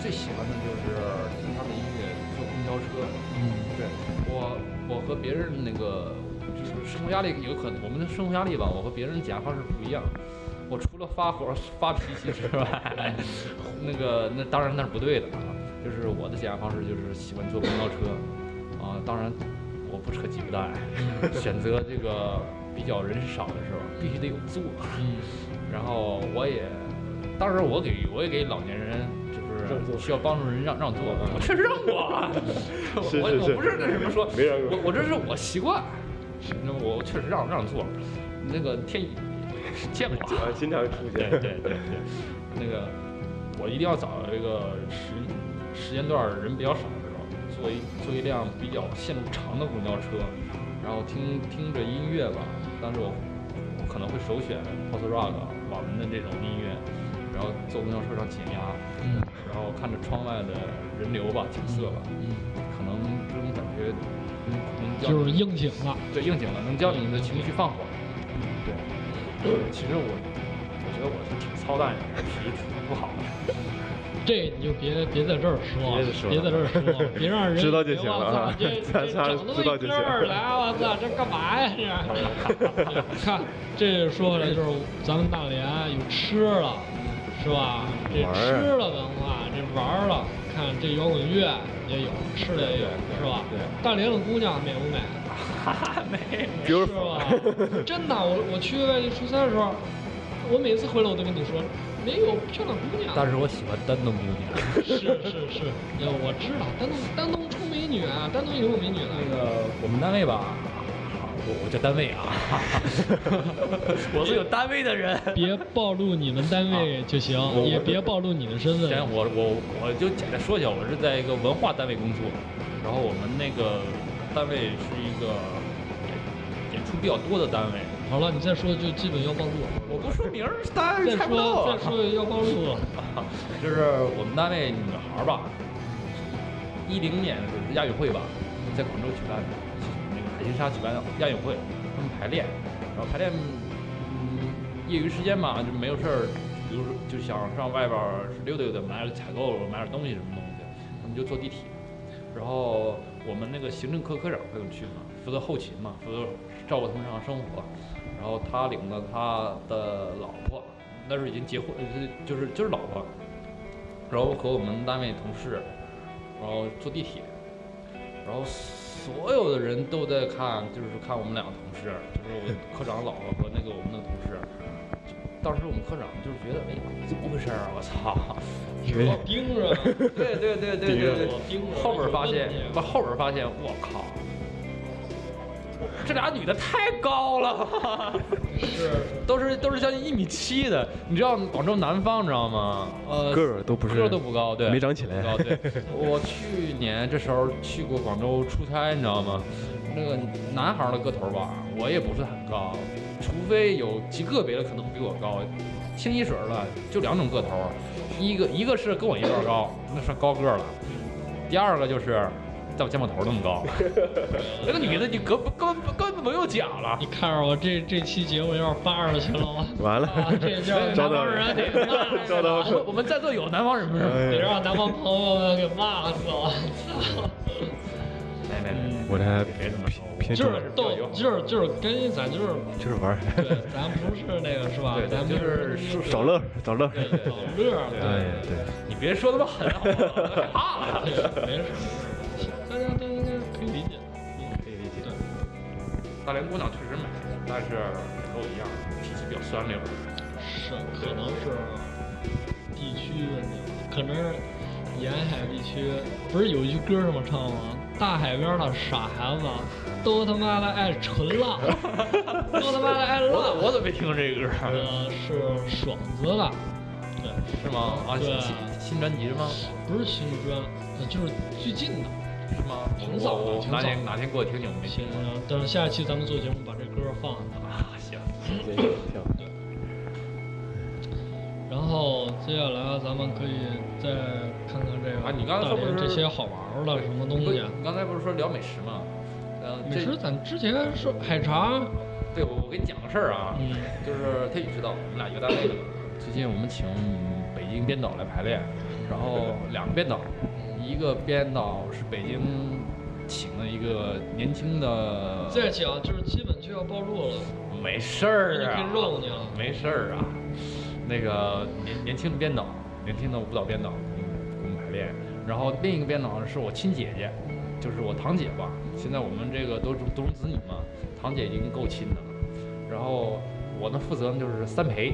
最喜欢的就是听他的音乐，坐公交车。嗯对我，我和别人那个就是生活压力有可能，我们的生活压力吧，我和别人解压方式不一样。我除了发火、发脾气之外，那个那当然那是不对的啊。就是我的解压方式就是喜欢坐公交车，啊，当然我不扯鸡巴蛋，嗯 选择这个比较人少的时候，必须得有座。嗯，然后我也，当时我给我也给老年人让就座嗯是需要帮助人让让座，我确实让过啊，我是是我是不是那什么说，没让过我我这是我习惯，那我确实让让座，那个天宇见过啊啊，，经常出现，对 对对对，那个我一定要找这个时时间段儿人比较少的时候，坐一坐一辆比较线路长的公交车，然后听听着音乐吧。但是我我可能会首选 post rock 网文的这种音乐，然后坐公交车上减压，嗯然后看着窗外的人流吧，景色吧，嗯，可能这种感觉能能叫就是应景了，对应景了，能叫你的情绪放缓。嗯对，其实我我觉得我是挺操蛋的，脾气挺不好的。这你就别别在这儿说别说，了别在这 儿说，啊别让人知道就行了啊别往这这 咱整那知么道一就根行儿来，我操，这干嘛呀？ 这 看这说回来就是咱们大连有吃了，是吧？这玩儿啊吃了文化，这玩儿了，看这摇滚乐也有，吃的也有，对对是吧？对大连的姑娘美不美？哈哈，没比如是吧？ 真的，我我去外地出差的时候，我每次回来我都跟你说，没有漂亮姑娘。但是我喜欢丹东姑娘。是是是，呃，我知道，丹东丹东出美女啊，丹东也有美女那呢。个我们单位吧，我我叫单 位啊，我是有单位的人。别暴露你们单位就行，啊也别暴露你的身份。先我我我就简单说一下，我是在一个文化单位工作，然后我们那个单位是一个演演出比较多的单位。好了，你再说就基本要暴露我了。我不说名儿，大家再猜不到说啊再。说要暴露我了。 就是我们单位女孩儿吧，一零年的时候亚运会吧，在广州举办的那个海心沙举办的亚运会，他们排练，然后排练，嗯，业余时间嘛就没有事儿，比如说就想上外边儿溜达溜达，买点采购，买点东西什么东西，他们就坐地铁，然后我们那个行政科科长很有趣嘛，负责后勤嘛，负责照顾他们日常生活。然后他领着他的老婆，那时候已经结婚，呃就是就是老婆，然后和我们单位同事，然后坐地铁，然后所有的人都在看，就是看我们两个同事，就是我科长的老婆和那个我们的同事，当时我们科长就是觉得，哎，怎么回事儿啊？我操！以为老盯着，对对对对对对老盯着，后边发现有问，题不后边发现，我靠，这俩女的太高了，是都是都是将近一米七的，你知道广州南方你知道吗？呃， 个儿都不是，个儿都不高，对，啊没长起来不高 对，我去年这时候去过广州出差，你知道吗？那个男孩儿的个头儿吧，我也不是很高，除非有极个别的可能比我高。清一水儿的就两种个头儿，一个一个是跟我一样高，那算高个儿了；第二个就是在我肩膀头儿那么 高。那个女的你根本根本根本不用讲了你，看着我这这期节目要是扒出去了， 我完了，啊，这叫南招方到人了，得骂死招到了，了我我们在座有南方人不是？哎得呀让南方朋友们给骂死了。没没没，我这还别 这么说我偏就重是逗，就是就是跟咱就是，就是玩儿，对，咱不是那个是吧对？咱们对，就是是找乐儿找乐儿。对找乐儿，哎对，对，你别说那么狠，好吗我害怕了。 没事，大家大家可以理解，可以理解。对，大连姑娘确实美，但是跟我一样，脾气比较酸溜。是可能是地区问题，可能是沿海地区，不是有一句歌这么唱吗？大海边的傻孩子都他妈的爱纯浪，都他妈的爱我浪怎，我怎么没听过这个歌？啊呃，是爽子了，对。是吗？啊，对新啊新新专辑是吗？不是新专，呃，就是最近的。是吗？挺早的我我挺早哪的天哪天给我听听，我没行听过。啊，等下期咱们做节目把这歌放上。啊，行，这个挺好然后接下来咱们可以再看看这个啊你刚大才说不连是这些好玩儿的什么东西。你刚才不是说聊美食吗？呃，你这是咱之前说海茶，对我我给你讲个事儿啊，嗯就是天宇知道我们俩一个单位的嘛。最近我们请北京编导来排练，然后两个编导，一个编导是北京请了一个年轻的，再讲啊就是基本就要暴露了，没事你儿啊可以，肉你了。没事儿啊。那个年年轻的编导，年轻的舞蹈编导，嗯我们排练。然后另一个编导是我亲姐姐，就是我堂姐吧。现在我们这个都是独生子女嘛，堂姐已经够亲的了。然后我呢负责呢就是三陪，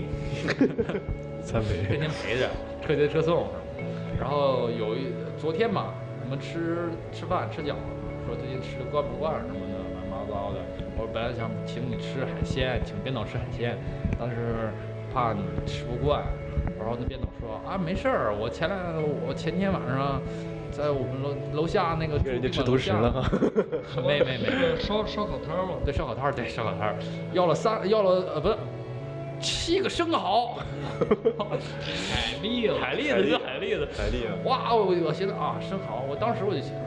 三天杯，天陪着，车接车送。然后有一昨天吧，我们吃吃饭吃饺子，说最近吃的惯不惯什么的，乱七八糟的。我本来想请你吃海鲜，请编导吃海鲜，但是怕你吃不惯。然后那编导说啊，没事儿，我前两我前天晚上在我们楼楼下那个给人家住吃宾馆独楼食下了 哈，没没没没是烧烧烤摊儿嘛。对，烧烤摊儿，对，烧烤摊儿，要了三，要了呃，不是，七个生蚝，海蛎了 海蛎子，是海蛎子，海蛎啊哇，我我寻思啊，生蚝，我当时我就寻思，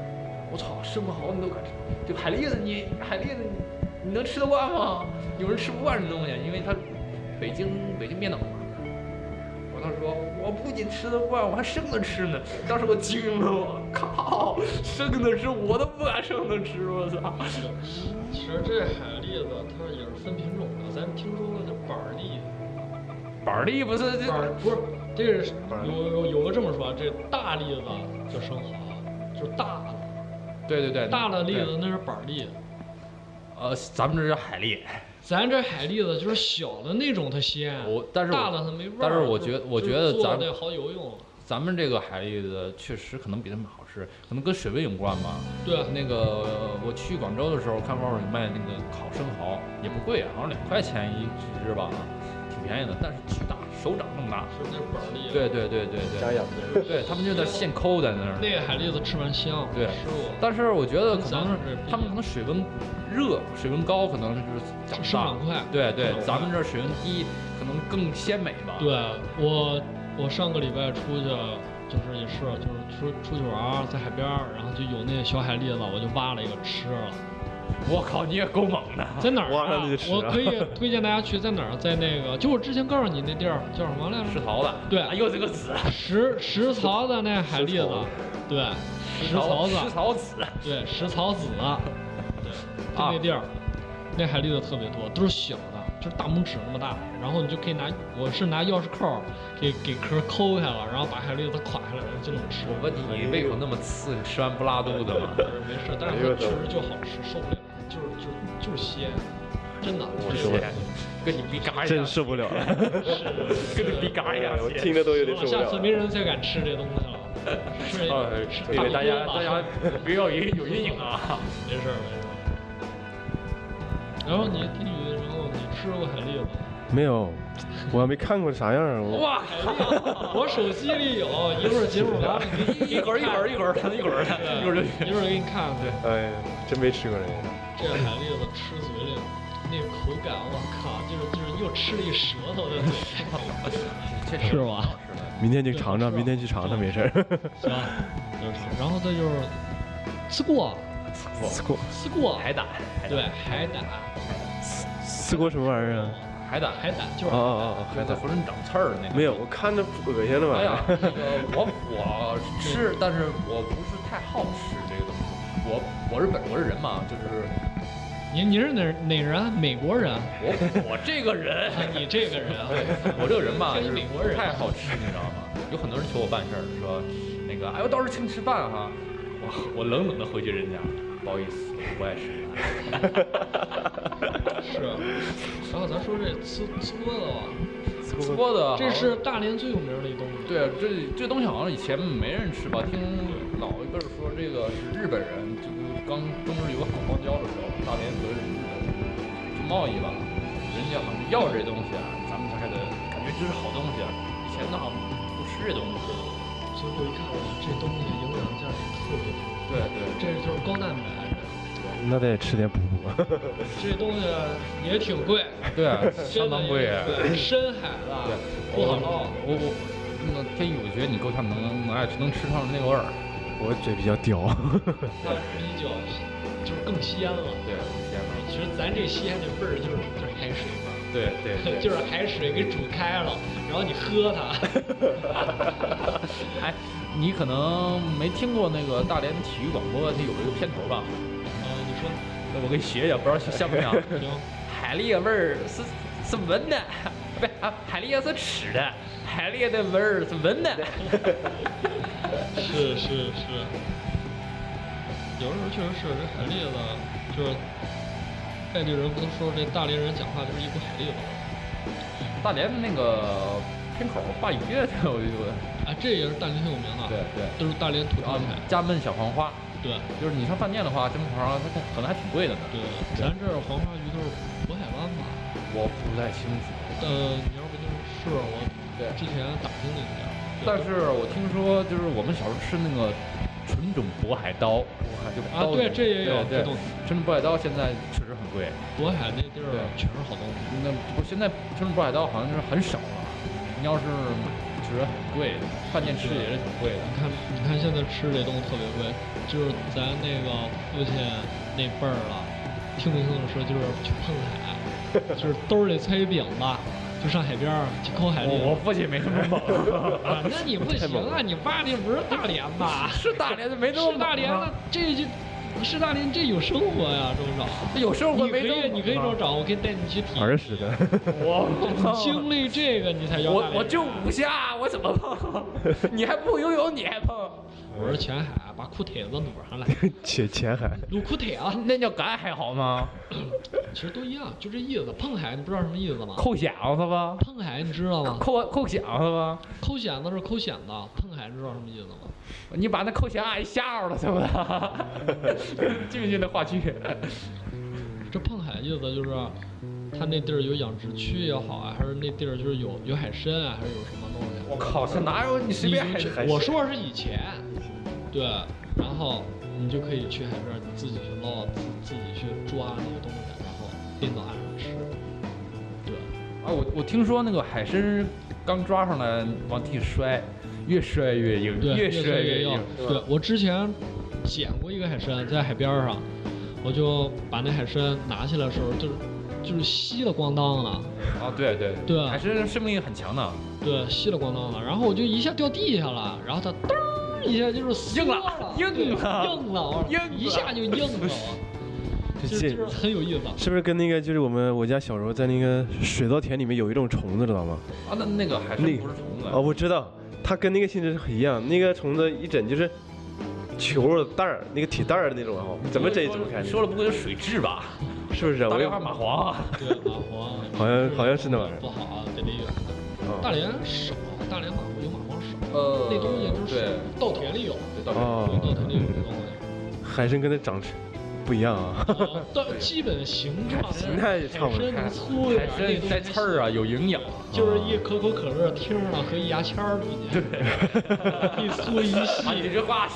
我操，生蚝你都敢吃，就海蛎子你海蛎子你你能吃得惯吗？有人吃不惯这东西，因为它北京北京面档嘛。我当时说，我不仅吃得惯，我还生的吃呢。当时我惊了，我靠，生的吃我都不敢生的吃，我操！其实这海蛎子它也是分品种的，咱听说过叫板儿蛎。板儿蛎不是这板儿啊不是，这个是有有有个这么说，啊这大栗子叫生蚝，就是大的对对对，大的栗对子，那是板儿栗，呃，咱们这叫海蛎。咱这海蛎子就是小的那种它鲜，我但是我大的它没味儿。但是我觉就是我觉得就是做咱的好有用，啊咱们这个海蛎子确实可能比他们好吃，可能跟水温有关吧。对那个我去广州的时候，看网上卖那个烤生蚝也不贵，好像两块钱一只吧，挺便宜的，但是巨大，手掌那么大。是那板儿栗。对，对对对家对，养的，对他们就在现抠在那儿。那个海蛎子吃完香，对吃过，但是我觉得可咱能们是这他们可能水温热，水温高，可能是就是长生长。大快。对对长，得咱们这儿水温低，可能更鲜美吧。对我，我上个礼拜出去，就是也是，就是出出去玩儿，在海边儿，然后就有那小海蛎子，我就挖了一个吃了。我靠，你也够猛的。在哪儿、挖啊上去？吃啊我 可以推荐大家去在哪儿，啊在那个就我之前告诉你那地儿叫什么来是着？桃子，对哎呦这个籽，石石槽的那海蛎子，对，石槽子，石槽籽，对，石槽子， 对，就啊那地儿，那海蛎子特别多，都是小的，就是大拇指那么大，然后你就可以拿，我是拿钥匙扣儿给给壳抠开了，然后把海蛎子垮下来，然后就那么吃。我问你，你胃口那么次，吃完不拉肚子吗？哎没事，但是它确实就好吃，受不了，就是就是就是鲜。真的，我这受是不了，跟你比嘎一下真，受不了了。跟你比嘎一下哎，我气听着都有点受不下了次没了。人再敢吃这东 西了，吃一啊个，吃这个大家差不大多家吧不要有有阴影啊！ 没事儿没事儿。然后你听雨，然后你吃过海蛎吗？没有，我还没看过啥样儿。啊我哇，海蛎，我手机里有，一会儿结束完了给你一会儿一会儿一会儿一会儿对一会儿就一会儿给你看看。对，哎呀，真没吃过这个。这海蛎子吃嘴里，那个口感，我靠，就是就是又吃了一舌头的嘴，确是吧？明天就尝尝，明天去尝尝，没事儿。行吧，就是尝。然后再就是吃过， 四锅，吃过，海胆，对海胆，四锅什么玩意儿啊？海胆，海胆就是哦哦哦，海海胆胆。浑身长刺儿的那种没有，我看着恶心了哎呀，吧？那个我我吃，但是我不是太好吃这个东西。我我是本我是人嘛，就是你你是哪哪人？美国人？我我这个人，你这个人啊， 我这个人吧，像一就是美国不人太好吃，你知道吗？有很多人求我办事儿，说那个哎，我到时候请你吃饭哈、我我冷冷的回绝人家，不好意思，我不爱吃饭。是。然后咱说这吃吃锅子吧，四锅说的这是大连最有名的一东西。对啊，这这东西好像以前没人吃吧？听老一辈儿说，这个是日本人，就是刚中日友好邦交的时候，大连和日本做贸易吧，人家好像是要这东西啊，咱们才开始感觉这是好东西啊。以前的好像不吃这东西。最后一看，我这东西营养价值特别高，对对，这就是高蛋白，那得吃点补补。这东西也挺贵，对啊，真 相的当也挺贵。贵深海的对，不好捞。我我那天宇，我觉得你够呛能能爱吃，能吃上那个味儿。 我嘴比较刁。那啤酒就是更鲜了。对，天哪！其实咱这西安这味儿就是就是海水味儿对对 对，就是海水给煮开了，然后你喝它。 哎，你可能没听过那个大连体育广播，它有一个片头吧？啊，你说那我给学一下，不知道像不像？啊 行。海蛎味儿是是闻的，不是啊，海蛎是吃的，海蛎的味儿是闻的。 是是是，有的时候确实是这海蛎子，就是外地人不都说这大连人讲话就是一股海蛎子吗？大连那个偏口鲅鱼，我就啊，这也是大连挺有名的，对对，都是大连土特啊产，，加焖小黄花，对就是你上饭店的话，这焖小黄花啊它可能还挺贵的呢。对，咱这儿黄花鱼都是渤海湾吧？我不太清楚，呃，你要不就是我对之前打听了一下，但是我听说就是我们小时候吃那个纯种渤海刀，就啊，对，这也有这对对东西，纯种渤海刀现在确实很贵。渤海那地对儿全是好东西。那不，现在春不海刀好像就是很少了。你要是觉得很贵，饭店吃也是挺贵的。你看，你看现在吃这东西特别贵，就是咱那个父亲那辈儿了，听没听的说就是去碰海，就是兜里揣一饼子，就上海边儿去抠海蛎。哦我父亲没那么猛，啊，那你不行啊，你爸那不是大连吧？ 是大连的没那么是猛。啊大连的，这就是大连，这有生活呀，这么找。有时候我你可没那么啊以，你可以这么找，我可以带你去体儿验。时的， 我经历这个，你才叫大 我连我人就五下，我怎么碰？你还不会游泳，你还碰？ 我是前海，把裤腿子撸上来，浅浅海。撸裤腿啊，那叫赶海好吗？其实都一样，就这意思。碰海，你不知道什么意思吗？扣响子吧，碰海你知道吗？扣扣响子吧，抠显子是抠显子，碰海知道什么意思吗？你把那扣响按吓着了，对不 对？记不记得那话剧？这碰海意思就是，他那地儿有养殖区也好啊，还是那地儿就是有有海参啊，还是有什么东西？我靠，这哪有你随便你就去海我说的是以前，对，然后你就可以去海边，你自己去捞，自自己去抓那个东西，然后拎到岸上吃。对，啊，我我听说那个海参刚抓上来往地摔，越摔越硬，对，越摔越硬。是吧对我之前捡过一个海参，在海边儿上，我就把那海参拿起来的时候，就是就是稀了咣当了，啊，对对对啊海参生命力很强啊的，对，稀了咣当了。然后我就一下掉地下了，然后它噔儿一下就是缩硬了了，硬对了硬了，我硬了一下就硬了，就这是就是很有意思。是不是跟那个就是我们我家小时候在那个水稻田里面有一种虫子，知道吗？啊，那那个海参那不是虫子，哦，我知道，它跟那个性质一样，那个虫子一整就是球儿蛋儿，那个铁蛋儿那种啊，怎么整你怎么说看你。说了不会是水蛭吧？是不是？大我连又还蚂蟥啊，对，蚂蟥好像好像是那玩意儿不好啊，得离远。哦大连少，啊大连蚂蟥有蚂蟥少，呃那东西就是稻田里有，对，大连哦稻田里有这东西。海参跟它长不一样啊。但基本形状形态也差不多海参粗一海 点，那参带刺儿啊，，有营养。就是一可口可乐听上和一牙签儿比， 一粗一啊，你细，这话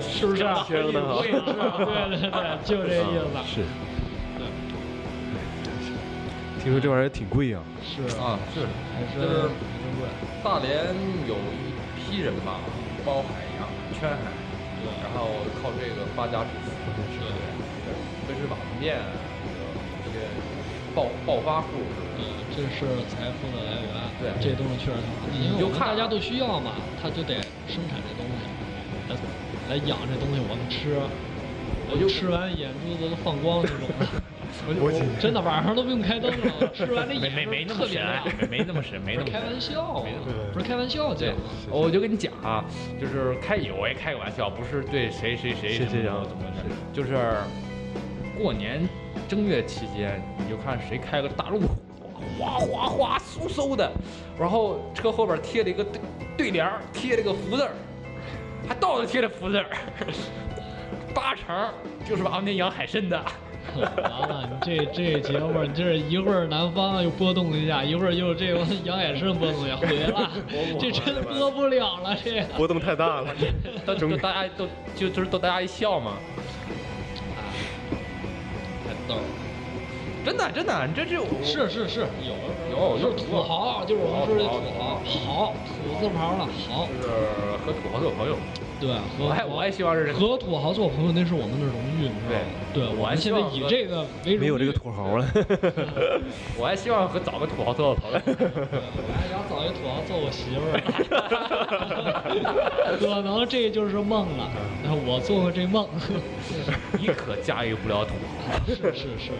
是 不是？天哪我也是，啊对对对，就这意啊思。是。听说这玩意儿挺贵啊。是是，啊是，还是就是珍贵。大连有一批人吧，包海洋、圈海，然后靠这个发家致富，是对，分水瓦房店，啊这个这些暴暴发户是吧嗯，这是财富的来源。对这东西确实挺嗯好，因为我们大家都需要嘛，他就得生产这东西，来来养这东西，我们吃，我就吃完眼珠子都放光那 种的。我姐真的晚上都不用开灯了，吃完这眼没没没那么神啊神，没没那么神，没不那是么开 神玩。笑嘛没那么，不是开玩笑对 讲嘛，，我我就跟你讲啊，就是开我也开个玩笑，不是对谁谁谁是什么这样怎么的，就是过年正月期间，你就看谁开个大路虎，哗哗哗嗖嗖的，然后车后边贴了一个对对联儿，贴了个福字儿，还倒着贴了福字儿， 八成儿就是俺们那养海参的。完了，你这这节目，你这一会儿南方又波动一下，一会儿又这个杨海参波动一下，回了，这真播不了了，这个。波动太大了。都都大家都就就是都大家一笑嘛，太逗了。真的真的，这这我是是是，有有就有是土豪，就是我们说这土豪，好土字旁了，好，就是和土豪做朋友，对，我和还我还希望是和土豪做朋友，那是我们的荣誉，你知道吗？对，我们现在以这个为荣誉。 没有这个土豪 了。我还希望和找个土豪做个朋 友。我还想找一土豪做我媳妇儿，可能这就是梦了。哎我做过这梦，你可驾驭不了土豪，是是是，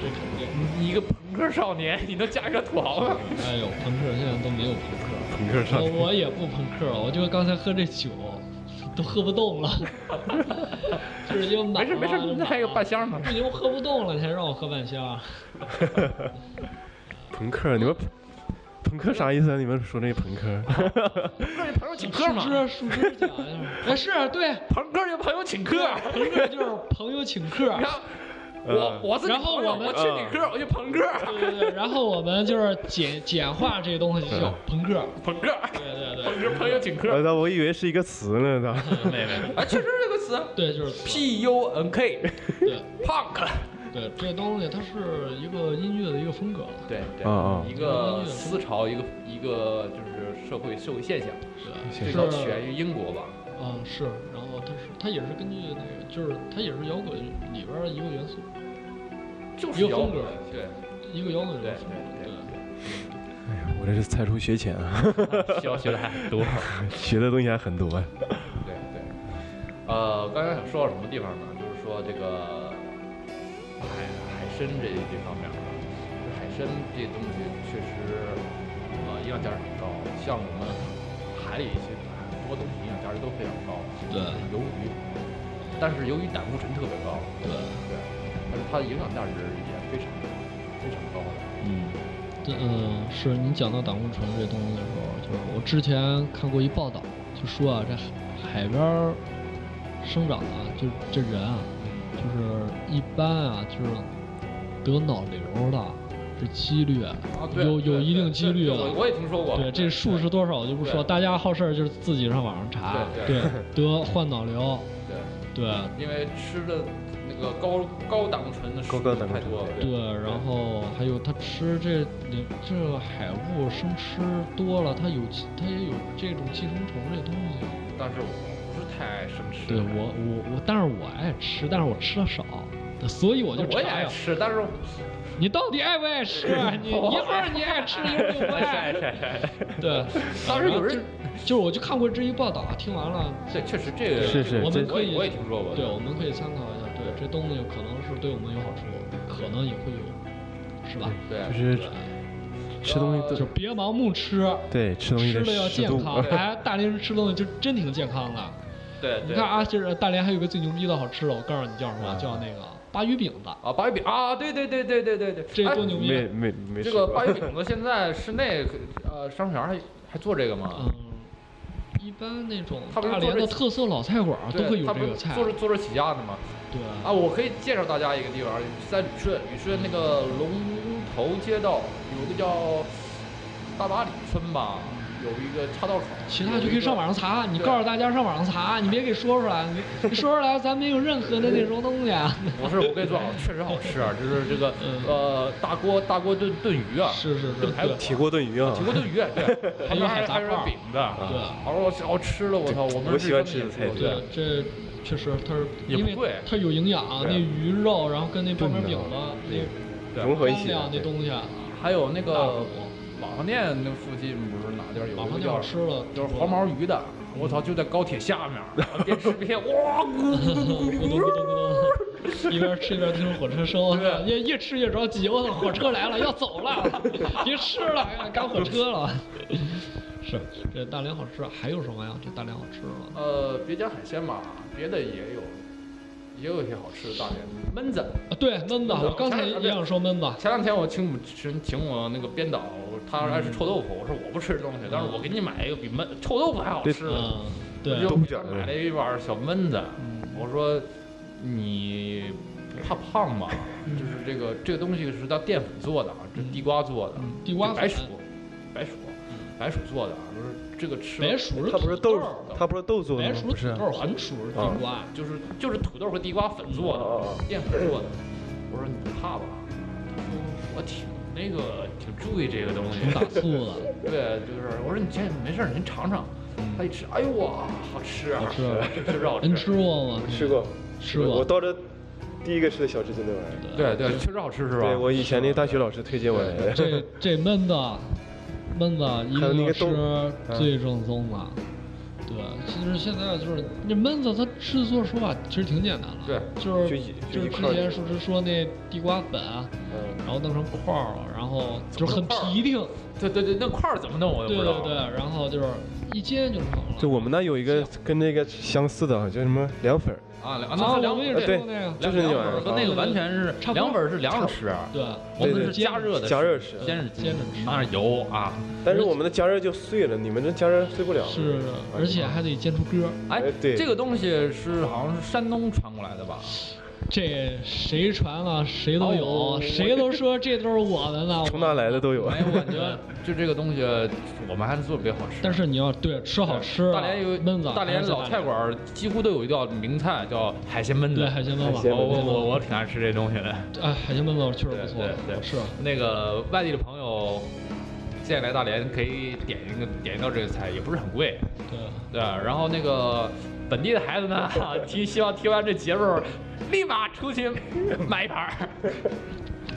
这肯定。你一个朋克少年，你能驾驭得了土豪吗？哎呦，朋克现在都没有朋克了，你这上我我也不朋克，我就刚才喝这酒都喝不 动了，就是因为没事没事，哦那还有半箱呢不。行，我喝不动了，才让我喝半箱。朋克，你们朋克啥意思啊？你们说那朋 克？朋友请客嘛，树枝，树枝讲一 下。哎，是对，朋克就朋友请客。朋克就是朋友请客。然后我我是你嗯然后朋友我们嗯我请你客，我就朋克对对对，然后我们就是简简化这东西叫朋克。朋克，对嗯对朋对，克朋友请客我。操，啊我以为是一个词呢，操！没嗯没，啊，确实是这个词对就是，P U N K 对 punk。对，这东西它是一个音乐的一个风格了。对对啊啊，一个思潮，一个一个就是社会社会现象，对，最是早起源于英国吧？嗯是，然后它是它也是根据那个，就是它也是摇滚里边儿的一个元素，就是一个摇风滚格，对一个摇滚对元素。对对 我这是才疏学浅啊，学学的还多，学的东西还很多啊。 对对。呃，刚才想说到什么地方呢？就是说这个海海参这这方面啊，就是海参这东西确实呃营养价值很高，像我们海里一些很多东西营养价值都非常高，对鱿鱼，但是由于胆固醇特别高，对，对，但是它的营养价值也非常非常高的。嗯。这嗯，是你讲到胆固醇这东西的时候，就是我之前看过一报道，就说啊，这海海边儿生长啊，就这人啊，嗯就是一般啊，就是得脑瘤的这几率啊啊，对有对有一定对几率对啊。我我也听说过。对，这数是多少我就不说，对大家好事儿就是自己上网上查。对得患脑瘤，对，对因为吃的那个高高胆固醇的食高物高胆固太醇多了。对，然后还有他吃这里这海物生吃多了，它有寄它也有这种寄生虫这东西。但是我不是太爱生吃。对我我我，但是我爱吃，但是我吃的少，所以我就我也馋爱呀。吃，但是 你到底爱不爱吃？啊你一会儿你爱吃，一会儿你不爱。对，当时有人就就是我就看过这一报道，听完了，这确实这个是是我我们们可以我也听说过。对，我们可以参考一下。对，这东西可能是对我们有好处，可能也会有，是吧？对，就是吃东西就都别盲目吃，对，哦吃东西吃得的要适健度。康。对 哎，大连人吃东西就真挺健康的。对你啊对看啊，就是大连还有个最牛逼的好吃的，我告诉你叫什么？叫那个鲅鱼饼子，啊，鲅鱼饼啊，对对对对对对对，这哎多牛逼！没没没这吃个过鲅鱼饼子现在室内呃商场还还做这个吗？嗯，一般那种他不是大做连的这特色老菜馆儿啊都对会有他不这是个菜，做这做这起家的吗？对，啊，我可以介绍大家一个地方，在旅顺，旅顺那个龙头街道有个叫大八里村吧，有一个岔道口，其他就可以上网上查，你对告诉大家上网上查，你别给说出来，你你说出来咱没有任何的那种东西啊。不是，我跟你说，啊，确实好吃啊，就是这个嗯 呃大锅大锅炖炖鱼啊，是是是，还有对铁锅炖鱼啊铁，锅炖鱼，对，啊还有海杂还有块儿饼子，对好好吃了，我操，我们我喜欢日本吃也的菜有多啊对对，这确实它是也因不为贵它有营养，那对鱼肉，然后跟那泡炖面的饼嘛，那对融合一干起粮的那东西啊，还有那大个骨瓦房店那附近不是哪地儿有网一上个就叫好吃了，就是 黄毛鱼的，我操，就在高铁下面儿，边吃边哇，咕噜咕噜咕噜咕咚咕咚咕咚，一边吃一边听着火车声，我操， 越越吃越着急，我操，火车来了，要走了， 别吃了，哎赶火车了。 是，这大连好吃，还有什么呀？这大连好吃了，呃，别讲海鲜吧，别的也有，也有一些好吃的大连焖子。啊，对，焖子，我刚才也想说焖子，前两天我请我们吃请我那个编导，他爱吃臭豆腐，我说我不吃这东西，但是我给你买一个比焖臭豆腐还好吃的，嗯，对，就豆角买了一碗小焖子，我说你不怕胖吗？ 就是这个这个东西是叫淀粉做的啊，这地瓜做的，嗯地瓜白粉嗯薯，白薯，白薯做的啊，就是这个吃了白薯是它不是土豆豆儿，它不是豆做的白吗？薯不土是啊豆，儿红薯是地瓜，就是就是土豆和地瓜嗯粉做哦的，淀粉做的。我说你不怕吧？他说我挺那个挺注意这个东 西挺。打 醋的，对，就是我说你先没事儿，你先尝尝。他一吃，哎呦哇，好吃啊！嗯好吃啊这确实好您吃。吃过吗？吃过，吃过我到这第一个吃的小吃就那玩意儿。对对，确实好吃是吧？对我以前那大学老师推荐我来 的。这这焖子，焖子一还有那个个是豆最正宗的。对，其实现在就是那焖子，它制作手法其实挺简单了。对，就是就一就就一是之块儿前就不是说那地瓜粉，嗯，然后弄成块儿了，然后就是很块儿皮挺。对对对，那块儿怎么弄我也对不知道。对对，然后就是一煎就成了。就我们那有一个行跟那个相似的啊，叫什么凉粉儿，啊，两啊，那我凉们也粉吃对过那个。啊就是那凉玩意粉儿和那个啊完全是差不多凉粉是凉着吃，啊对，我对们对是加热的，加热吃，先是煎着吃拿着油啊，但是我们的加热就碎了，你们这加热碎不了。啊是，啊而且 还得煎出歌儿。哎哎，对这个东西是好像是山东传过来的吧？这谁传了谁都有，哦 谁都说这都是我的 呢。从哪来的都有。没有，我感觉就这个东西，我们还是做的比较好吃。但是你要对吃好吃，啊大连焖有子，大连老菜馆儿几乎都有一道名菜叫海鲜焖子。对海鲜焖海子鲜，我我我我挺爱吃这东西的。哎，海鲜焖子确实不错对对，对是啊那个外地的朋友，建议来大连可以点一个点一道这个菜，也不是很贵。对，对，然后那个本地的孩子们啊， 听希望听完这节目，立马出去买一盘儿。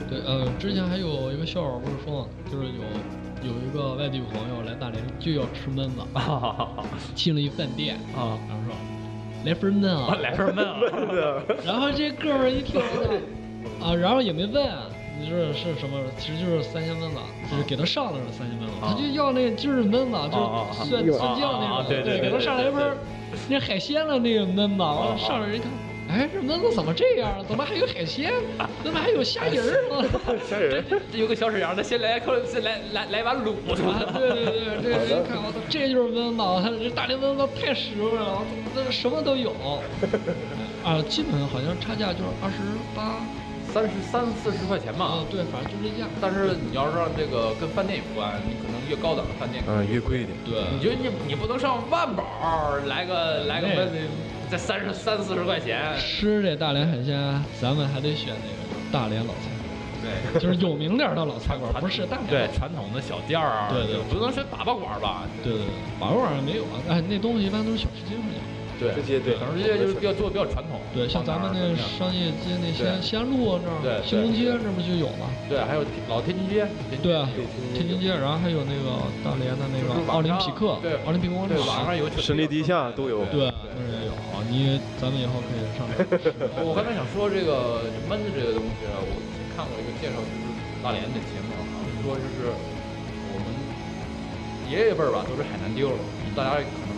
对呃，之前还有一个笑话不是说嘛，就是有有一个外地朋友来大连就要吃焖子，进了一饭店，啊，然后说来份焖 啊，来份 焖啊！然后这哥们儿一听我操啊，然后也没问你这是什么，其实就是三鲜焖子，就是给他上的是三鲜焖子，他哦就要那个就是焖子，就是蒜蒜酱那啊种，对对给他对哦上来一份儿那海鲜的那个焖子，完了上来人一看。哎，这焖子怎么这样？啊怎么还有海鲜？怎么还有虾仁儿？我 操！虾 仁儿，有个小沈阳的，先来口，先来来来碗卤。 啊，对对对，这人一看，我操，这就是温饱，这大连温饱太实惠了，我操，这什么都有。啊，基本好像差价就是二十八三十三四十块钱啊吧。，对，反正就这价。但是你要是让这个跟饭店有关，你可能越高档的饭店，啊，嗯越贵一点。对，你就你你不能上万宝儿来个来个对焖子，再三十三四十块钱。吃这大连海鲜，咱们还得选那个大连老菜馆，对就是有名点儿的老菜馆，不是大连。对，传统的小店儿啊，对对就不能说粑粑馆儿吧？对对对，把握上没有啊？哎，那东西一般都是小吃街上有。对直接对可能直接就是比较做的比较传统。对，像咱们放哪那儿怎么样商业街那对些西安路那对儿、对兴隆街那儿不就有吗？对，还有老天津街，天津对啊街有天津街，然后还有那个大连的那就是个奥晚上林匹克，对奥林匹克广对，晚场，上有酒神力地下都有对，那儿也有。你咱们以后可以上这儿吃。我刚才想说这个焖子这个东西，啊我以前看过一个介绍，就是大连的节目，好像说就是我们爷爷辈儿吧都是海南丢儿，大家可能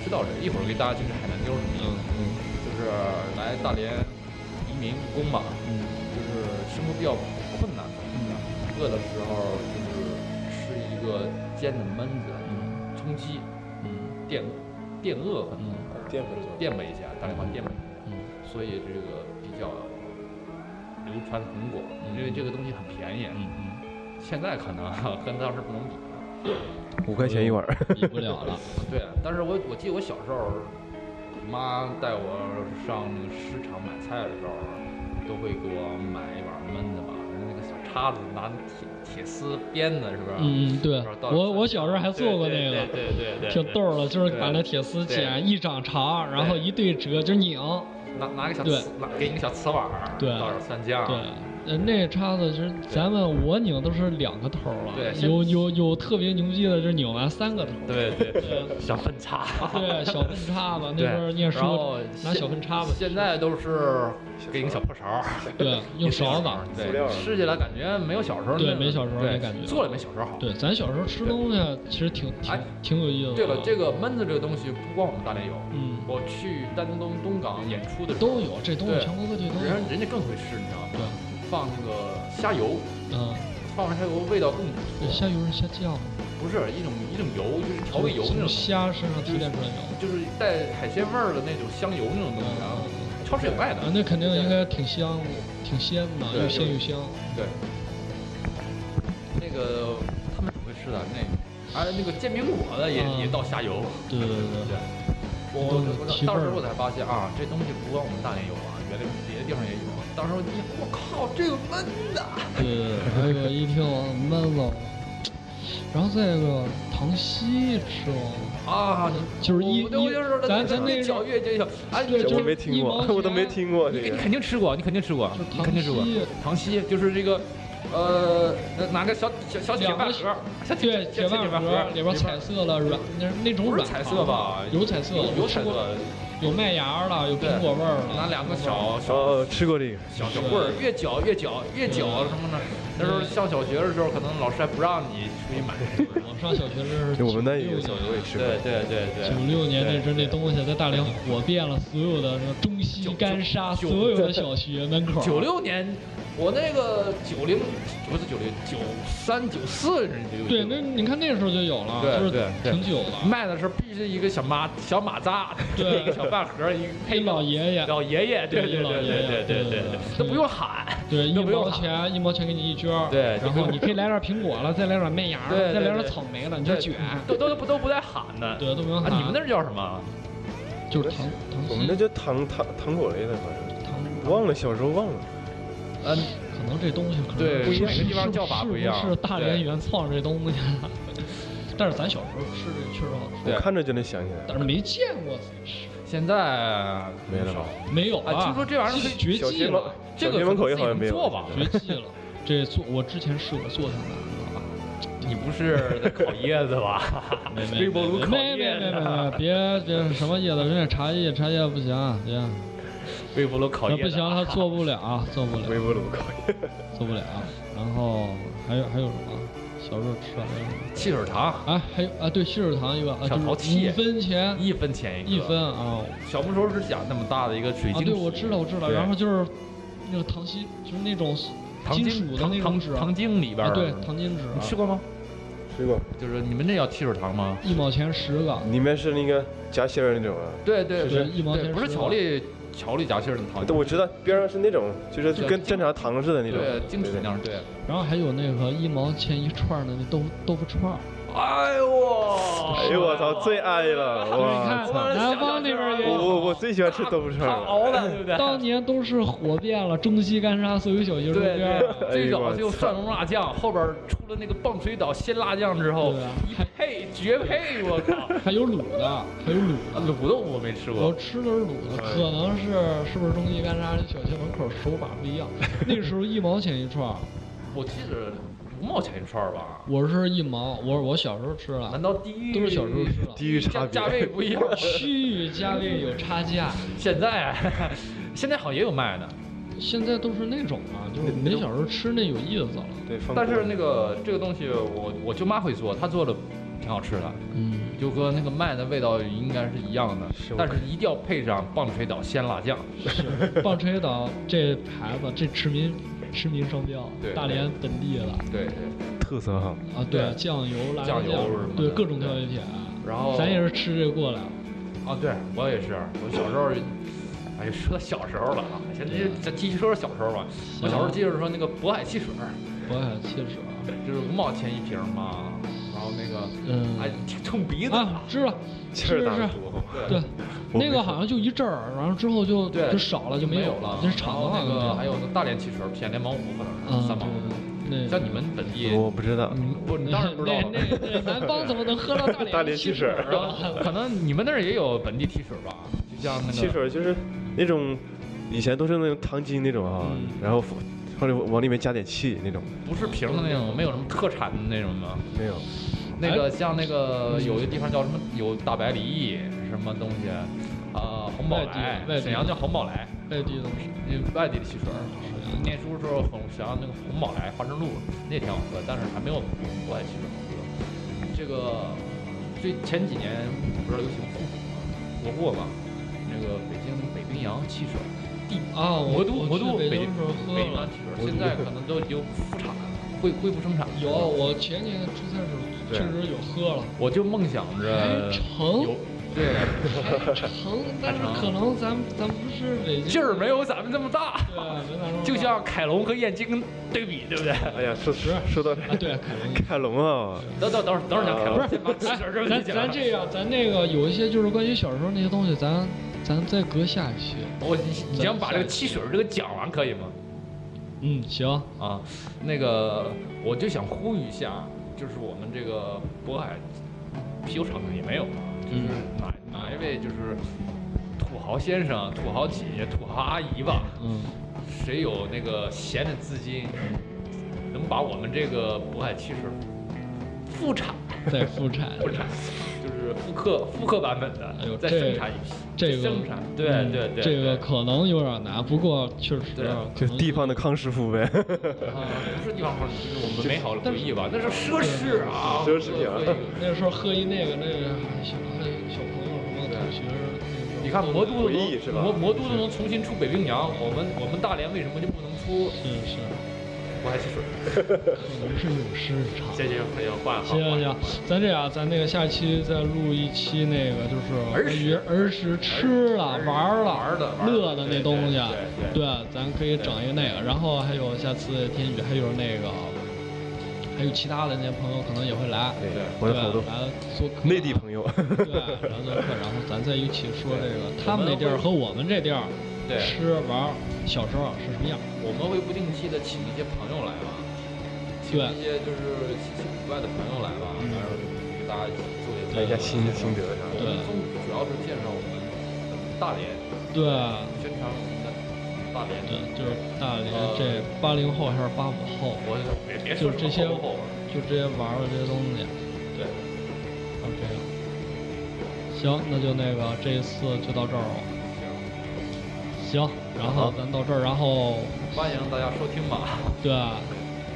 知道这，一会儿给大家解释海南丢儿什么意思，嗯就是来大连移民民务工吧，就是生活比较困难，饿的时候就是吃一个煎的焖子，嗯充饥，电电饿可能淀粉总垫吧一下，大概把垫吧一下，所以这个比较流传很广，因为这个东西很便宜，嗯现在可能啊跟当时不能比了。五块钱一嗯碗儿，比不了了。对，啊但是我我记得我小时候，妈带我上那个市场买菜的时候，都会给我买一碗焖的吧，那个小叉子拿铁铁丝编的，是不是？嗯，对然后，到我我小时候还做过那对个，对对对对对挺逗儿的，就是把那对铁丝对剪一掌长，然后对啊一对折就拧。拿拿个小对瓷，拿给你个小瓷碗儿，对倒点蒜酱，对，呃，那叉子其实咱们我拧都是两个头儿了对，现有有有特别牛逼的，就是拧完三个头儿。对对对，小分叉，对，小粪叉子，那时候念书然后拿现小粪叉子，现在都是给你个小破勺儿，对，用勺子。塑对，料儿吃起来感觉没有小时候对那个没小时候那对感觉做了没小时候好。对，咱小时候吃东西其实挺挺哎挺有意思的。啊对了，这个焖子这个东西不光我们大连有，嗯我去丹东东港演出的时候都，有，这东西对全国各地都有人。人家更会吃，你知道吗？对，放那个虾油，嗯，放完虾油味道更不对错，虾油是虾酱，不是一种一种油，就是调味油从那种，虾身上提炼出来的油。嗯就是带海鲜味儿的那种香油那种东西，然后超市有卖的啊，。那肯定应该挺香，挺鲜的，对又鲜又香。对，那个他们挺会吃的，那而那个煎饼果子也嗯也倒虾油。对对对对对，我都我是提味当时儿我才发现啊，这东西不光我们大连有啊，原来别的地方也有。啊当时我一听我靠，这个焖的，对对，哎呦，一听闷了。然后再一个糖稀吃了。啊，你就是一我我就是一咱咱那越嚼越嚼越嚼，哎，对你就这是我没听过，我都没听过你这 你个。肯定吃过，你肯定吃过就是，你肯定吃过糖稀糖稀，就是这个。呃，拿拿个小小小铁两饭个盒，小对，铁饭饭盒里边彩色的软，那那种不是软彩糖色吧？有彩色，有我有吃彩过色，有麦芽的，有对苹果味儿的，拿两个小小哦，吃过这个，小小棍儿，越搅越搅越搅什么呢？那时候上小学的时候，可能老师还不让你出去买。我上小学的时就候， 我们那96也有小时候也年。吃过。对对对对，九六年那对阵，那东西在大连火遍了所有的什么中西九干沙，九所有的小学门口。九六年，我那个九零不是九零九三九四人就有对，那你看那时候就有了，对就是对对挺久了。卖的时候必须一个小马小马扎，对一个小饭盒，一个黑配老爷爷，老爷爷，对对一老对爷爷对对对对对对对对，都不用喊，对，一都不用毛喊钱一毛钱给你一卷儿对然后你可以来点苹果了，再来点麦芽对了，对再来点对草莓了，你就卷，都都都不都不带喊的。对，都不用啊，喊。你们那儿叫什么？就是糖糖稀，我们那叫糖糖糖果类的，好像糖忘了小时候忘了。嗯，可能这东西可能对是每个地方是叫法是不一样是大连对原创这东西。啊 但是咱小时候吃这确实好吃，对我看着就能想起来。但是没见过自己吃，现在没了吧？没有啊，啊，听说这玩意儿可以绝小技学了门，这小个学可能门口也自己好像没能做有。吧？绝技了。这做我之前试过做下来，你知道吧？你不是在烤椰子吧？微波炉烤没没椰没没子，没，别别什么叶子，人家茶叶茶叶不行，啊别 微波炉烤那椰子啊不行，他做不了，啊做不了微，波炉烤做不了。啊然后还有还有什么？小时候吃完还有什么？汽水糖啊，还有啊，对，汽水糖一个啊，小淘就是气一分钱一分钱一个，分啊小木手指甲那么大的一个水啊，晶对，体，我知道，我知道。对然后就是那个糖稀，就是那种糖金精属的那种糖纸，糖糖精里边啊，儿嗯对，糖金纸你啊，吃过吗？吃过，就是你们那叫汽水糖吗？一毛钱十个，里面是那个夹心儿那种啊。对对是是一毛钱对，不是十巧克力巧克力夹心儿的糖对，，我知道边上是那种，就是啊对跟正常糖似的那种。对，晶体对那样对。然后还有那个一毛钱一串儿的那豆腐豆腐串儿。哎呦，啊哎呦我操，最爱 了！你看哇操！南方那哦边也我有，我我最喜欢吃豆腐串他 了。熬的，对不对？当年都是火遍了中西干沙所有小学周对边儿。对，最哎呦早我就操蒜蓉辣酱，后边出了那个棒槌岛鲜辣酱之后对啊，一配绝配，我靠！还有卤的，还有 卤的。卤豆腐我没吃我过，吃的是卤的，可能是是不是中西干沙小学门口手法不一 样？那时候一毛钱一串儿，我记得五毛钱一串儿吧？我是一毛，我我小时候吃的难，道地域都是小时候吃的。地域价差别价位不一样？区域价位有差价， 现在 现在好像也有卖的，现在都是那种嘛，就是我们小时候吃那有意思了。对，放但是锅那个这个东西我我舅妈会做，她做的挺好吃的。嗯，就和那个麦的味道应该是一样的，是但是一定要配上棒槌岛鲜辣酱。是棒槌岛这牌子，这驰名驰名商标对，大连本地的对对，特色哈，啊，对对，酱油、辣椒酱油什么的对各种调味品，啊然后咱也是吃这个过来的。哦啊，对我也是，我小时候，哎呀，说到小时候了啊，先对咱继续说说小时候吧。我小时候记得说那个渤海汽水儿，渤海汽水啊，就是五毛钱一瓶嘛，然后那个嗯哎挺冲鼻子的啊，知道，劲儿是大是得是，多。对，我没那个好像就一阵儿，然后之后就对就少了，就没有了。这是厂子然后那个还有有那大连汽水儿，偏连芒湖可能是嗯，三毛。对，对像你们本地，我不知道，嗯不你当然不知道了那那那南方怎么能喝 到大连大连汽汽水儿儿啊？ 可能你们那儿也有本地汽水儿吧？就像那个汽水儿就是那种以前都是那种糖精那种啊，嗯然后或者往里面加点气那种，不是瓶儿的那种，没有什么特产的那种吗？没有。那哎个像那个有的地方叫什么有大白梨什么东西，啊、红宝外地来外，地沈阳叫红宝来，外地的那外地的汽水儿。念书的时候很沈阳那个红宝来花生露那挺好喝，但是还没有渤海汽水好喝。这个最前几年不是流行复古吗？国货嘛，那个北京北冰洋汽水，地啊，我魔都我魔去都北北京京啊时候喝北冰洋了汽，水，现在可能都已经复产了，恢恢复生产了。有啊我前年出差的时候对确实有喝了，我就梦想着还成有对还成，但是可哎能咱咱不是北京劲儿没有咱们这么大，对，没咋说就像凯龙和燕京对比，对不对？哎呀，说说到啊， 这，对，凯龙。凯龙啊，等等等会儿等会儿讲凯龙，不先把汽水这是，问咱题讲咱了这样，咱那个有一些就是关于小时候那些东西，咱咱再搁下一期。我你你想把这个汽水这个讲完可以吗？嗯，行，啊，那个我就想呼吁一下，啊就是我们这个渤海啤酒厂子也没有了，就是哪哪一位就是土豪先生、土豪姐姐、土豪阿姨吧，嗯，谁有那个闲的资金，能把我们这个渤海汽水复产、再复产。复产，就是复刻复刻版本的，哎呦再这生产一批，这个生产，对嗯对对，这个对可能有点难，不过确实啊对就可是能地方的康师傅呗。啊，不是地方好，就是我们美好的回忆吧，那是奢侈啊，奢侈品啊我觉得会那时候喝一那个那个哎小小朋友什么同学，那时候你看魔都都回忆能是吧魔魔都都能重新出北冰洋，我们我们大连为什么就不能出是是，渤海汽水？可能是有市场。谢谢朋友换好行，行行，咱这样，咱那个下期再录一期那个就是儿关时于儿时吃了、玩儿了、玩儿的玩儿的乐的那东西，啊对对对，咱可以整一个那个，然后还有下次天宇还有那个，还有其他的那些朋友可能也会来，对我对，有好多来做客内地朋友，对，然后做客，然后咱再一起说这个他们那地儿和我们这地儿对吃玩儿小时候是什么样，我们会不定期的请一些朋友来吧，请对嗯一些就是稀奇古怪的朋友来吧，然后给大家一起做一看一下心心得啥我们的。宗主要是介绍我们大连，对宣传我们的大连。对，就是大连呃这八零后还是八五后，我别别就说是这些什么后边儿就这些玩儿的这些东西，对，然后这样。行，那就那个这一次就到这儿了。行，行，然后咱到这儿，然后欢迎大家收听吧。对，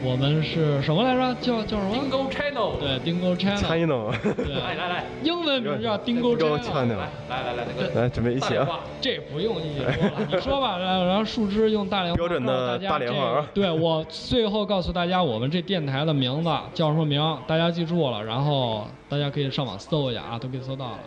我们是什么来着？叫叫什么？ Dingo Channel，对，Dingo Channel， China，来对，来来英文名叫 Dingo Dingo Channel。 Channel 来来来来，那个来准备一起大连啊！话，这不用一起说了，你说吧，然后然后树枝用大连话标准的告诉大大连话家啊这个对我最后告诉大家，我们这电台的名字叫什么名，大家记住了，然后大家可以上网搜一下啊，都可以搜到了。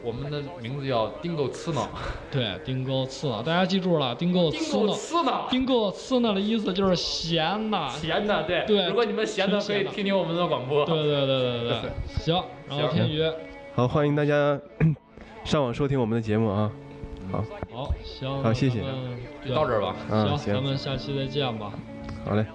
我们的名字叫 Dingo 刺挠，对，丁沟刺脑，大家记住了，丁沟刺 Dingo 脑，刺挠，丁沟刺脑的意思就是闲的。闲的对。对如果你们闲的，可以闲的听听我们的广播。对对对对对对，行，然后行天宇，好，欢迎大家 上网收听我们的节目啊，好，行，好谢谢咱们就到这儿吧。嗯，行，咱行，们下期再见吧。好嘞，